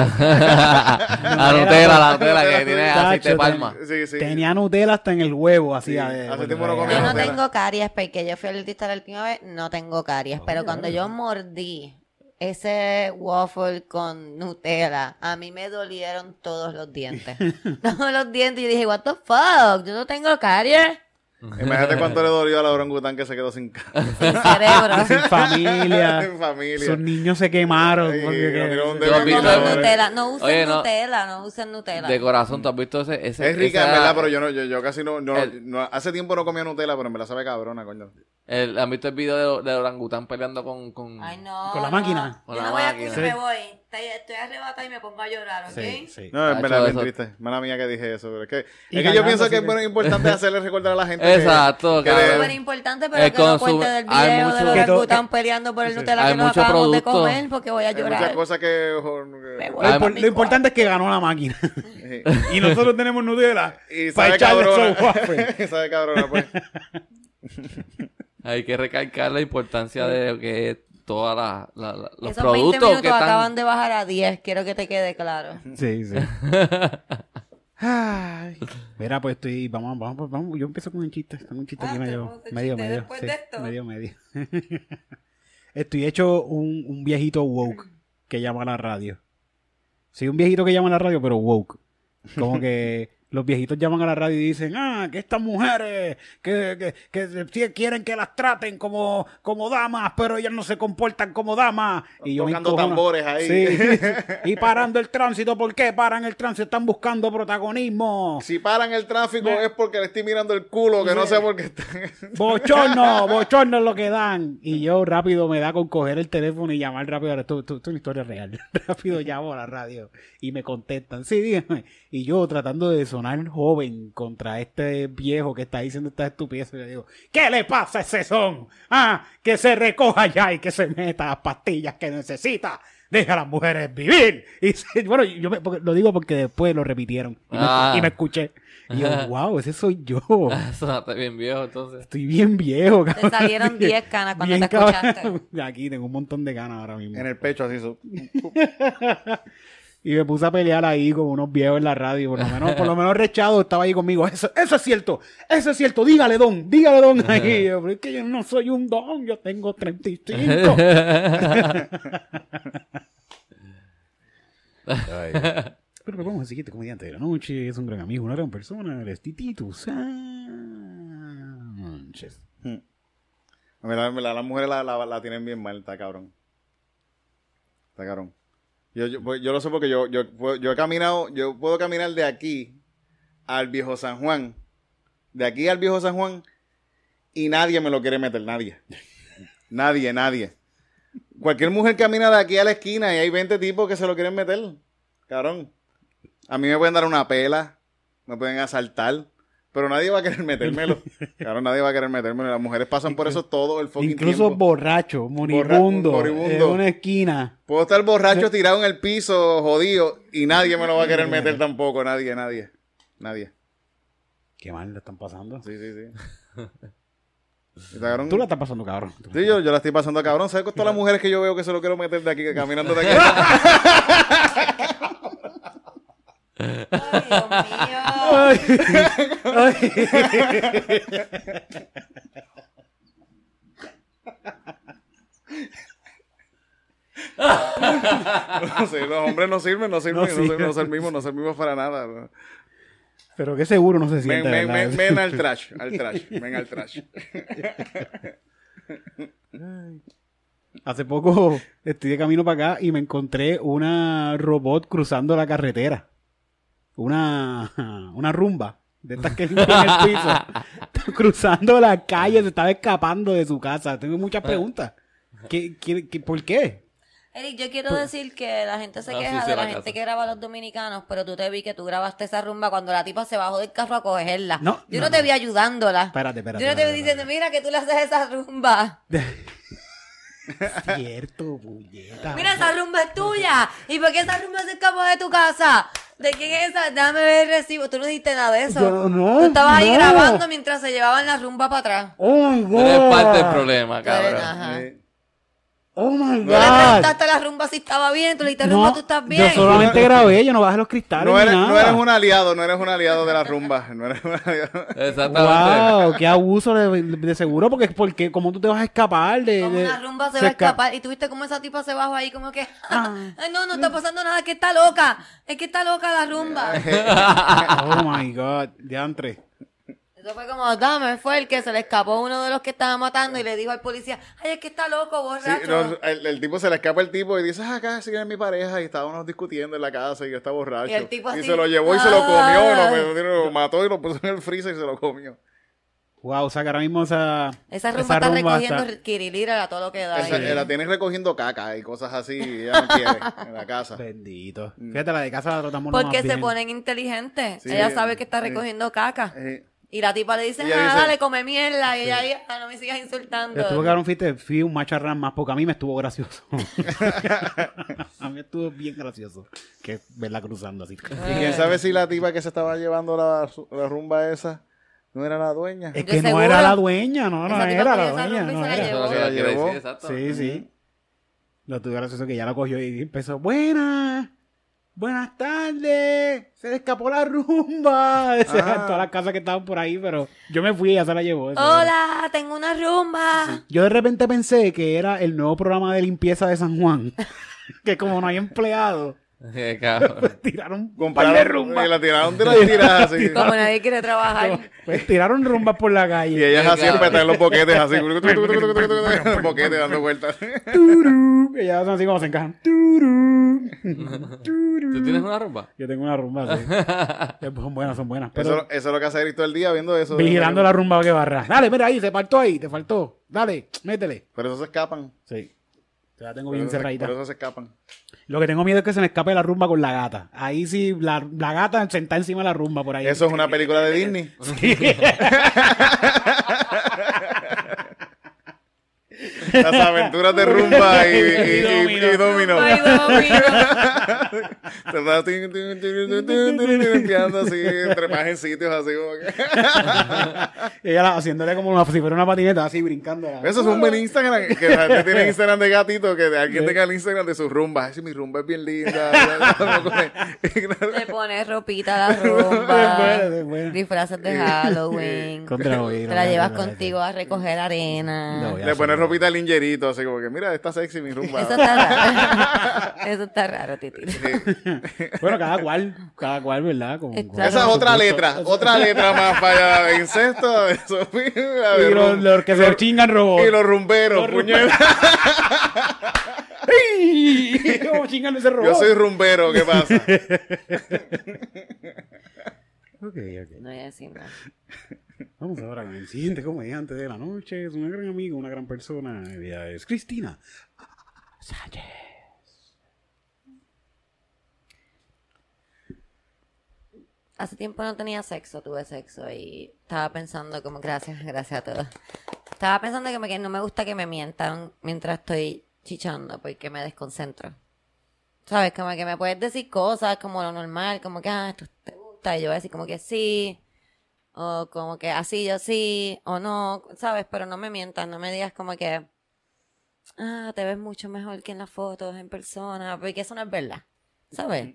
F: la Nutella, Ah, la Nutella que tiene
D: Tacho,
F: aceite de palma.
E: Sí, sí.
D: Tenía Nutella hasta en el huevo, así.
E: Sí,
D: de-
E: hace tiempo no
D: de-
E: comía.
C: yo no
E: Nutella.
C: tengo caries porque yo fui al dentista la última vez, no tengo caries. Pero cuando yo mordí ese waffle con Nutella, a mí me dolieron todos los dientes. todos los dientes. Y yo dije, what the fuck, yo no tengo caries.
E: Imagínate cuánto le dolió al orangután que se quedó sin casa,
C: Mi cerebro.
D: Sin familia.
E: sin familia.
D: Sus niños se quemaron.
E: Ay,
D: porque-
E: no tiene dónde
F: Yo
C: No
F: vi-
E: vivir.
C: coman Nutella, no usen
F: Oye, no.
C: Nutella, no usen Nutella.
F: De corazón, ¿tú has visto ese? ese
E: Es rica,
F: esa-
E: en verdad, pero yo, no, yo, yo casi no, no,
F: El-
E: no- Hace tiempo no comía Nutella, pero en verdad sabe cabrona, coño.
F: el- ¿Has visto el video de, de orangután peleando con... con...
C: Ay, no.
D: Con la
C: no.
D: máquina.
F: Con
C: yo
F: la
C: no voy a
F: máquina.
C: curso, me voy. Estoy, estoy arrebatada y me pongo a llorar, ¿ok?
D: Sí, sí.
E: No, en
F: Tacho,
E: verdad, bien
F: eso-
E: triste. Mala mía que dije eso, pero es que,
D: Y
E: es que yo
D: ganando,
E: pienso
D: así
E: que es
D: que-
E: bueno, importante hacerle recordar a la gente. que-
F: Exacto,
E: que
F: cabrón.
E: le-
C: Súper importante, pero
F: Eh,
C: que no
F: con su-
C: cuente del
F: hay
C: video
F: mucho-
C: de los
D: Que to-
C: orangután peleando por el Nutella
F: Hay
C: que no
F: mucho
C: acabamos de
F: producto.
C: comer porque voy a
E: hay muchas
C: llorar.
E: cosas que...
C: Me voy
D: Lo,
F: Ah,
D: impor-
C: mi
D: lo importante es que ganó la máquina.
E: Sí.
D: y nosotros tenemos Nutella.
E: Y
D: para
E: sabe
D: echarle
E: cabrona.
D: esos waffles.
E: sabe cabrona, pues.
F: Hay que recalcar la importancia de lo que es todas las la- la- los
C: Esos 20
F: productos
C: minutos
F: que están...
C: acaban de bajar a 10, quiero que te quede claro.
D: Sí, sí. Mira, pues estoy. Vamos, vamos, pues, vamos. Yo empiezo con un chiste. Tengo un chiste
C: Ah,
D: aquí
C: ¿te
D: medio.
C: vamos a hacer
D: Medio,
C: chiste
D: medio.
C: después
D: sí,
C: de esto?
D: medio, medio. estoy hecho un, un viejito woke que llama a la radio. Sí, un viejito que llama a la radio, pero woke. Como que los viejitos llaman a la radio y dicen, ah, que estas mujeres, que, que, que sí quieren que las traten como, como damas, pero ellas no se comportan como damas. Y yo me
E: Tocando
D: encojono.
E: tambores ahí.
D: Sí. y parando el tránsito, ¿por qué paran el tránsito? Están buscando protagonismo.
E: Si paran el tráfico es porque le estoy mirando el culo, que no sé por qué están...
D: Bochorno, bochorno es lo que dan. Y yo rápido me da con coger el teléfono y llamar rápido. Ahora, Esto, esto- esto es una historia real. Rápido llamo a la radio y me contestan. Sí, dígame. Y yo tratando de sonar joven contra este viejo que está diciendo estas estupideces. Le digo, ¿qué le pasa a ese son? Ah, que se recoja ya y que se meta las pastillas que necesita. Deja a las mujeres vivir. Y se- bueno, yo me- porque- lo digo porque después lo repitieron. Y, me-
F: Ah.
D: y me, escuché. Y yo, wow, ese soy yo.
F: Sonaste bien viejo, entonces.
D: Estoy bien viejo, cabrón.
C: salieron 10 canas cuando te escuchaste.
D: Aquí tengo un montón de ganas ahora mismo.
E: En el pecho, así. su-
D: Y me puse a pelear ahí con unos viejos en la radio. Por lo menos, por lo menos Rechado estaba ahí conmigo. Eso, eso es cierto, eso es cierto. Dígale, don, dígale, don. Ahí. Yo, pero es que yo no soy un don, yo tengo 35. Pero vamos al siguiente este comediante de la noche. Es un gran amigo, una gran persona. Él es Titito Sánchez.
E: En verdad, en verdad, las mujeres la, la- la tienen bien mal, está cabrón. Está cabrón. Yo, yo, pues, yo lo sé porque yo, yo, puedo- yo he caminado, yo puedo caminar de aquí al viejo San Juan. De aquí al viejo San Juan y nadie me lo quiere meter, nadie. Nadie, nadie. Cualquier mujer camina de aquí a la esquina y hay 20 tipos que se lo quieren meter. Cabrón. A mí me pueden dar una pela, me pueden asaltar, pero nadie va a querer metérmelo. Cabrón, nadie va a querer metérmelo. Las mujeres pasan por eso todo el fucking
B: Incluso
E: tiempo.
B: borracho, moribundo,
E: moribundo.
B: en una esquina.
E: Puedo estar borracho tirado en el piso, jodido, y nadie me lo va a querer meter tampoco. Nadie, nadie. Nadie.
D: Qué mal la están pasando.
E: Sí, sí, sí. Está cabrón.
D: Tú la estás pasando, cabrón.
E: Sí, yo, yo la estoy pasando cabrón. ¿Sabes con todas las mujeres que yo veo que se lo quiero meter de aquí, que caminando de aquí?
C: Ay, Dios mío.
B: Ay, ay.
E: No sé, los hombres no sirven, no sirven, no,
B: No
E: sirven,
B: sirven.
E: no servimos, no servimos para nada. ¿no?
B: Pero qué seguro no se
E: Ven,
B: siente.
E: ven,
B: ¿verdad?
E: ven, ven al trash, al trash, ven al trash.
B: Hace poco estoy de camino para acá y me encontré una robot cruzando la carretera. Una, una rumba de estas que limpian el piso. Está cruzando la calle, se estaba escapando de su casa. Tengo muchas preguntas. ¿Qué, qué- qué- por qué?
C: Eric, yo quiero decir que la gente se
F: Ah,
C: queja
F: sí, sí,
C: de
F: la
C: la
F: casa.
C: gente que graba a los dominicanos, pero tú te vi que tú grabaste esa rumba cuando la tipa se bajó del carro a cogerla.
B: No,
C: yo
B: no,
C: no, te
B: no.
C: vi ayudándola.
B: Espérate, espérate,
C: Yo no te vi
B: espérate,
C: diciendo, mira que tú le haces esa rumba.
B: Cierto, bulleta.
C: Mira, esa rumba es tuya. ¿Y por qué esa rumba se escapó de tu casa? ¿De quién es esa? Dame ver el recibo. Tú no dijiste nada de eso.
B: Yo no,
C: tú estabas ahí
B: no.
C: grabando mientras se llevaban la rumba para atrás.
B: ¡Oh, my
F: Tú eres parte del
B: God!
F: problema,
C: Tú eres,
F: cabrón.
C: ajá.
E: Eh,
B: ¡Oh, my
C: Tú le
B: God!
C: preguntaste a la rumba si estaba bien, tú le dijiste,
B: No,
C: rumba, tú estás bien.
B: Yo solamente grabé, yo no bajé los cristales
E: no,
B: ni
E: eres,
B: nada.
E: no eres un aliado, no eres un aliado de la rumba. No eres un aliado.
F: Exactamente.
B: Wow, qué abuso de, de seguro, porque, porque cómo tú te vas a escapar de...
C: Como
B: de-
C: una rumba se,
B: se
C: va a
B: esca-
C: escapar. Y tuviste como esa tipa se bajó ahí, como que,
B: Ah.
C: "Ay, no, no está pasando nada, que está loca. Es que está loca la rumba.
B: Oh my god, diantre.
C: Eso fue como, dame, fue el que se le escapó uno de los que estaba matando y le dijo al policía, ay, es que está loco,
E: Sí,
C: borracho.
E: no, el, el tipo se le escapa el tipo y dice, ah, acá sí es mi pareja y estábamos discutiendo en la casa y yo estaba borracho.
C: Y el tipo así,
E: se lo llevó y se lo comió,
C: "Ah".
E: lo, lo mató y lo puso en el freezer y se lo comió.
B: Wow, o sea que ahora mismo esa.
C: Esa rumba está recogiendo
B: está-
C: kirilira a todo lo que da.
E: Esa- eh,
C: ahí.
E: la tienen recogiendo caca y cosas así y ella no quiere en la casa.
B: Bendito. Fíjate, la de casa la tratamos lo
C: Porque
B: más
C: se
B: bien.
C: ponen inteligentes.
E: Sí,
C: ella sabe que está
E: sí.
C: recogiendo caca.
E: Eh,
C: Y la tipa le dice, ah,
E: Ella dice-
C: dale, come mierda. Y ella dice, ah, no me sigas insultando.
B: Estuvo cabrón, fuiste, fui un macharrán más porque a mí me estuvo gracioso. a mí estuvo bien gracioso. Que verla cruzando así.
E: y quién sabe si la tipa que se estaba llevando la, la rumba esa no era la dueña.
B: Es
C: De
B: que no
C: seguro.
B: era la dueña, no, no
C: Esa tipa
B: era
C: cogió
B: la
C: esa
B: dueña.
C: rumba y
B: No
C: se la
B: era.
F: Eso es lo que
E: llevó.
F: yo quiero decir,
E: Sí,
F: exacto.
B: Sí, sí. Lo tuve gracioso que ya lo cogió y empezó, buenas, buenas tardes, se le escapó la rumba. O sea,
E: Ah.
B: todas las casas que estaban por ahí, pero yo me fui y ella se la llevó. Eso era.
C: Hola, tengo una rumba.
B: Yo de repente pensé que era el nuevo programa de limpieza de San Juan, que como no hay empleado,
F: Qué cabrón.
B: tiraron un par
E: Compraron
B: de rumbas.
E: Y la tiraron de la tirada así.
C: Como nadie quiere trabajar.
B: Pues tiraron rumbas por la
E: Y
B: calle.
E: ellas así
F: Claro.
E: siempre traen los boquetes así.
B: pues,
E: boquetes dando vueltas.
B: Turú. Y ellas hacen así como se encajan. Turú.
F: ¿Tú tienes una rumba?
B: Yo tengo una rumba así. pues, Son buenas, son buenas. Pero...
E: Eso, eso es lo que hace Eric todo el día viendo eso.
B: Vigilando la rumba que barra. Dale, mira ahí, se faltó ahí, te faltó. Dale, métele.
E: Por eso se escapan.
B: Sí. Te la tengo
E: Por
B: bien
E: eso se-
B: cerradita.
E: por eso se escapan.
B: Lo que tengo miedo es que se me escape la rumba con la gata. Ahí sí, la, la gata sentada encima de la rumba por ahí.
E: Eso es una película de Disney. Las aventuras de rumba y, y, y, y dominó.
C: Ay, Dios mío.
E: Te estás tin, tin, tin, tin, tin, tin, limpiando así, entre más en sitios así. como que-
B: Ella la- haciéndole como una, si fuera una patineta, así brincando.
E: Eso es un buen Instagram. Que la gente tiene Instagram de gatito. Que alguien tenga el Instagram de su rumba. Ay, sí, mi rumba es bien linda.
C: Le pones ropita a la rumba.
B: Es bueno, es bueno.
C: Disfraces de Halloween.
B: Contra hoy,
C: Te
B: no,
C: la
B: no,
C: llevas
B: no, no,
C: contigo a recoger
B: no,
C: arena.
B: voy a
E: Le
B: hacer-
E: pones ropita lingerito. Así como que, mira, está sexy mi rumba.
C: Eso está raro. Eso está raro, Titi.
B: Bueno, cada cual, cada cual, ¿verdad? Con-
C: Está
B: con-
E: Esa es
B: con su
E: otra
B: gusto.
E: letra, otra letra más para la de incesto, de Sofía, la de
B: Y los,
E: rum-
B: los que se chingan robot.
E: y los rumberos,
B: Los
E: puñeta.
B: ¡Ay! ¿Cómo chingan ese robot?
E: Yo soy rumbero, ¿qué pasa?
B: Ok, ok.
C: No voy a decir nada.
B: Vamos ahora con el siguiente comediante de la noche. Es una gran amiga, una gran persona. Ella es Cristina.
C: Hace tiempo no tenía sexo, tuve sexo y estaba pensando como, gracias, gracias a todos. Estaba pensando que, me- que no me gusta que me mientan mientras estoy chichando porque me desconcentro. ¿Sabes? Como que me puedes decir cosas como lo normal, como que, ah, esto te gusta, y yo voy a decir como que sí, o como que así, yo sí, o no, ¿sabes? Pero no me mientas, no me digas como que, ah, te ves mucho mejor que en las fotos, en persona, porque eso no es verdad, ¿sabes?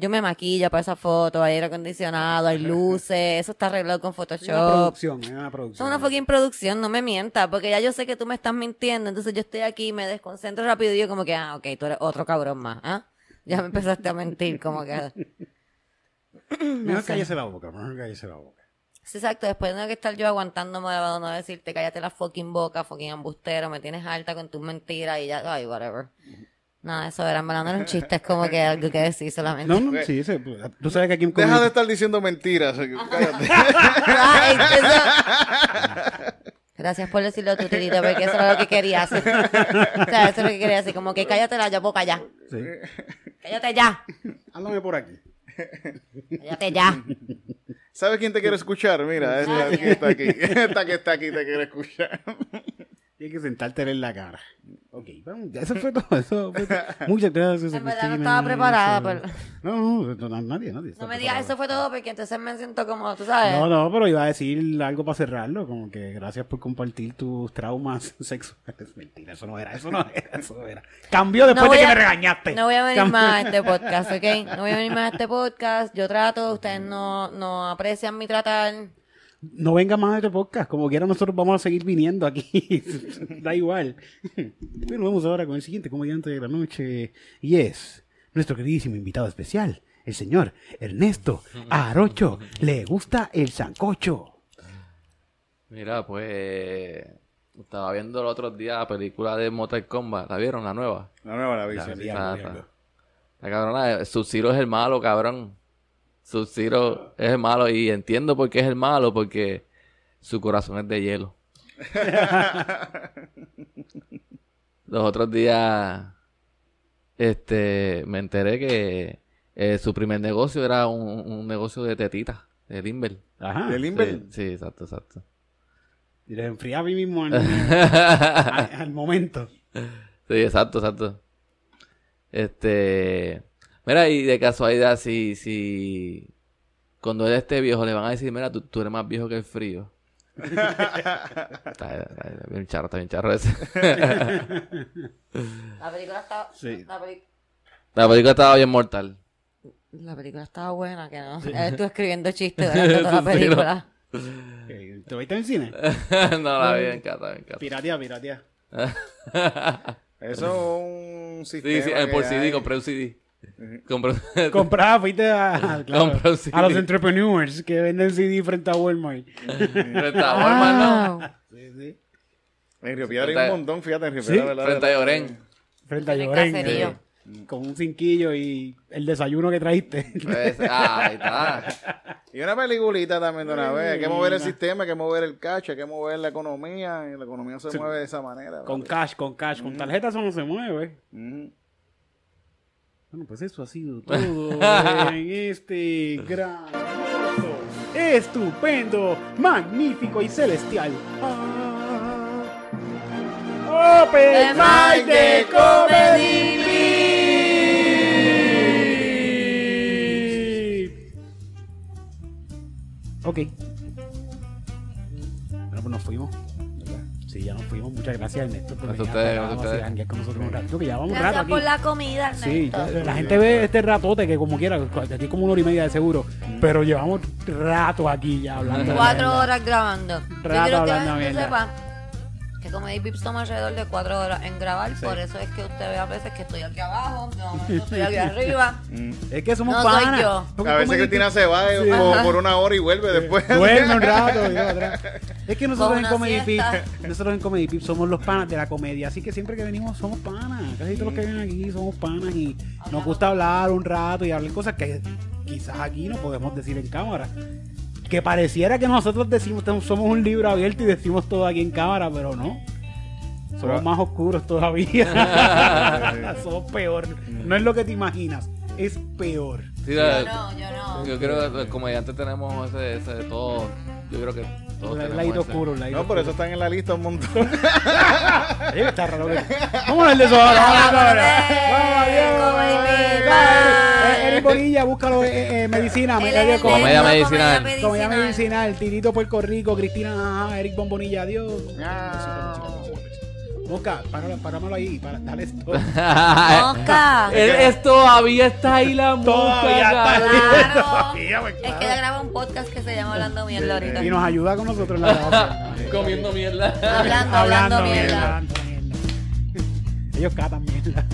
C: Yo me maquillo para esa foto, hay aire acondicionado, hay luces, eso está arreglado con
B: Es una
C: Photoshop.
B: producción, es una
C: Es
B: producción.
C: una fucking producción, no me mientas, porque ya yo sé que tú me estás mintiendo, entonces yo estoy aquí, me desconcentro rápido y yo como que, ah, ok, tú eres otro cabrón más, ¿ah? Ya me empezaste a mentir, como que...
B: Mejor cállese la boca, mejor cállese la boca.
C: Sí, exacto, después tengo que estar yo aguantándome de no decirte, cállate la fucking boca, fucking embustero, me tienes alta con tus mentiras y ya, ay, whatever. Nada, eso era, en verdad no era un chiste, es como que algo que decir solamente.
B: No, no, sí, sí, tú sabes que aquí en
E: Deja de
B: Comedy-
E: estar diciendo mentiras. Cállate.
C: Ay, eso- Gracias por decirlo tú, Tirito, porque eso era lo que quería hacer. O sea, eso es lo que quería hacer, como que cállate la boca ya.
B: Sí.
C: Cállate ya.
B: Háblame por aquí.
C: Cállate ya.
E: ¿Sabes quién te quiere escuchar? Mira, esta que está aquí. Esta que está aquí te quiere escuchar.
B: Tienes que sentarte en la cara. Ok, vamos, ya eso fue todo. Eso fue todo. Muchas gracias.
C: En verdad, no
B: Cristina.
C: estaba preparada,
B: Eso- No, no, no, nadie, nadie. está
C: No me digas,
B: preparado.
C: eso fue todo, porque entonces me siento como, tú sabes.
B: No, no, pero iba a decir algo para cerrarlo, como que gracias por compartir tus traumas sexuales. Mentira, eso no era, eso no era, eso no era. Cambió después
C: No
B: de
C: voy
B: que
C: a-
B: me regañaste.
C: No voy a venir
B: Cam-
C: más a este podcast, ¿ok? No voy a venir más a este podcast. Yo trato, ustedes no, no aprecian mi tratar.
B: No venga más a este podcast, como quiera nosotros vamos a seguir viniendo aquí. da igual. Bueno, vamos ahora con el siguiente comediante de la noche y es nuestro queridísimo invitado especial, el señor Ernesto Arocho. Le gusta el sancocho.
F: Mira, pues. Estaba viendo los otros días la película de Mortal Kombat. ¿La vieron? La nueva.
E: La nueva la bici.
B: La
E: sí.
B: diablo,
F: Ah,
B: diablo.
F: está. La cabrona, Sub-Zero es el malo, cabrón. Sub-Zero es el malo. Y entiendo por qué es el malo, porque su corazón es de hielo. Los otros días. Este. Me enteré que. eh, su primer negocio era un, un negocio de tetitas, de Limber.
B: Ajá.
E: ¿De Limber?
F: Sí, sí, exacto, exacto.
B: Y le enfriaba a mí mismo al, al- al momento.
F: Sí, exacto, exacto. Este. Mira, y de casualidad, si. si cuando él esté viejo, le van a decir: Mira, tú, tú eres más viejo que el frío. está, está- está bien charro, está bien charro ese.
C: La película estaba.
B: Sí.
C: La, peli-
F: La película estaba bien mortal.
C: la película estaba buena, que no. Eres tú escribiendo chistes durante toda la película.
B: Eh, ¿Te viste en el cine?
F: no, la vi en casa, en casa.
B: Piratea, piratea.
E: Eso es un sistema.
F: Sí, sí, eh, por
E: que
F: CD,
E: hay.
F: compré un CD. Compré un-
B: Compraba, fuiste a, claro,
F: Compra un CD.
B: a los entrepreneurs que venden CD frente a Walmart.
F: frente a Walmart, ¿no?
B: Ah.
C: Wow.
B: Sí, sí.
E: En Río Piedra hay
F: Frente a-
E: un montón, fíjate, en Río
B: Sí,
E: Piedra, ¿verdad?
F: Frente a Llorén.
B: Frente a
C: En el
B: Lloren.
C: caserío.
B: eh, Con un cinquillo y el desayuno que trajiste.
F: Pues, ah, ahí está.
E: Y una peliculita también de una vez. Hay que
B: Ay,
E: mover el
B: ma.
E: sistema, hay que mover el cacho, hay que mover la economía. Y la economía se mueve de esa manera.
B: con
E: cacho.
B: cash, con cash. Con tarjeta eso no se mueve. pues. Bueno, pues eso ha sido todo en este gran, estupendo, magnífico y celestial. Ah. Open Mic de Comedy. Ok. Bueno, pues nos fuimos. ¿verdad? Sí, ya nos fuimos. Muchas gracias, Ernesto, por
F: Gracias
B: venir
F: a ustedes,
B: acá a
F: gracias a ustedes.
B: vacilar con nosotros un ratito, que ya vamos rato
C: Gracias
B: aquí.
C: por la comida,
B: Sí,
C: Ernesto.
B: la gente ve este ratote que como quiera, de aquí como una hora y media de seguro, pero llevamos rato aquí ya hablando. de
C: Cuatro
B: mierda.
C: horas grabando.
B: Rato
C: Yo quiero que la
B: hablando
C: gente
B: mierda.
C: sepa que como hay Pips toma alrededor de cuatro horas en grabar, por eso es que usted ve a veces que estoy aquí abajo, de momento estoy aquí arriba.
B: Mm. Es que somos
C: No soy
B: panas.
C: yo.
B: Porque
E: A
B: como
E: veces
B: que
E: Cristina se va eh, por-
C: Ajá.
E: por una hora y vuelve después.
B: Duerme un rato, yo atrás. Es que nosotros
C: Con
B: en
C: una
B: Comedy Pip,
C: siesta.
B: nosotros en Comedy Pip somos los panas de la comedia, así que siempre que venimos somos panas. Casi todos los que vienen aquí somos panas y nos gusta hablar un rato y hablar cosas que quizás aquí no podemos decir en cámara. que pareciera que nosotros decimos somos un libro abierto y decimos todo aquí en cámara, pero no. Somos
F: Pero-
B: más oscuros todavía. somos peor. No es lo que te imaginas, es peor.
F: Sí,
C: Yo
E: Ah.
F: la-
C: no, yo no.
F: Yo creo que pues, los comediantes tenemos ese, ese de todo. Yo creo que todos
B: El
F: tenemos
B: lado
F: ese.
B: oscuro, el lado
E: No, por eso están en la lista un montón.
B: oscuro. Eh, Está raro. que- Vamos a hablar de eso ahora. Vamos a hablar de eso ahora. Vamos, adiós.
C: Comedy
B: Eh, Eric
C: Bang.
B: Bonilla, búscalo eh, eh, medicina.
C: Él
B: Media
C: es el
B: Com-
F: Comedia
C: lento,
F: medicinal.
B: Comedia medicinal, Tirito Puerto Rico, Cristina Naja, Eric Bombonilla, adiós. Mosca, páralo, páramelo ahí, para, dale esto. Ah, eh.
C: Mosca.
F: Él es todavía está ahí la
B: Todavía está
F: mosca.
C: Claro. Es que ella graba un podcast que se llama Hablando Mierda ahorita.
B: Y nos ayuda con nosotros en la grabación.
F: Comiendo mierda.
C: Hablando, hablando mierda.
B: hablando mierda. Ellos catan mierda.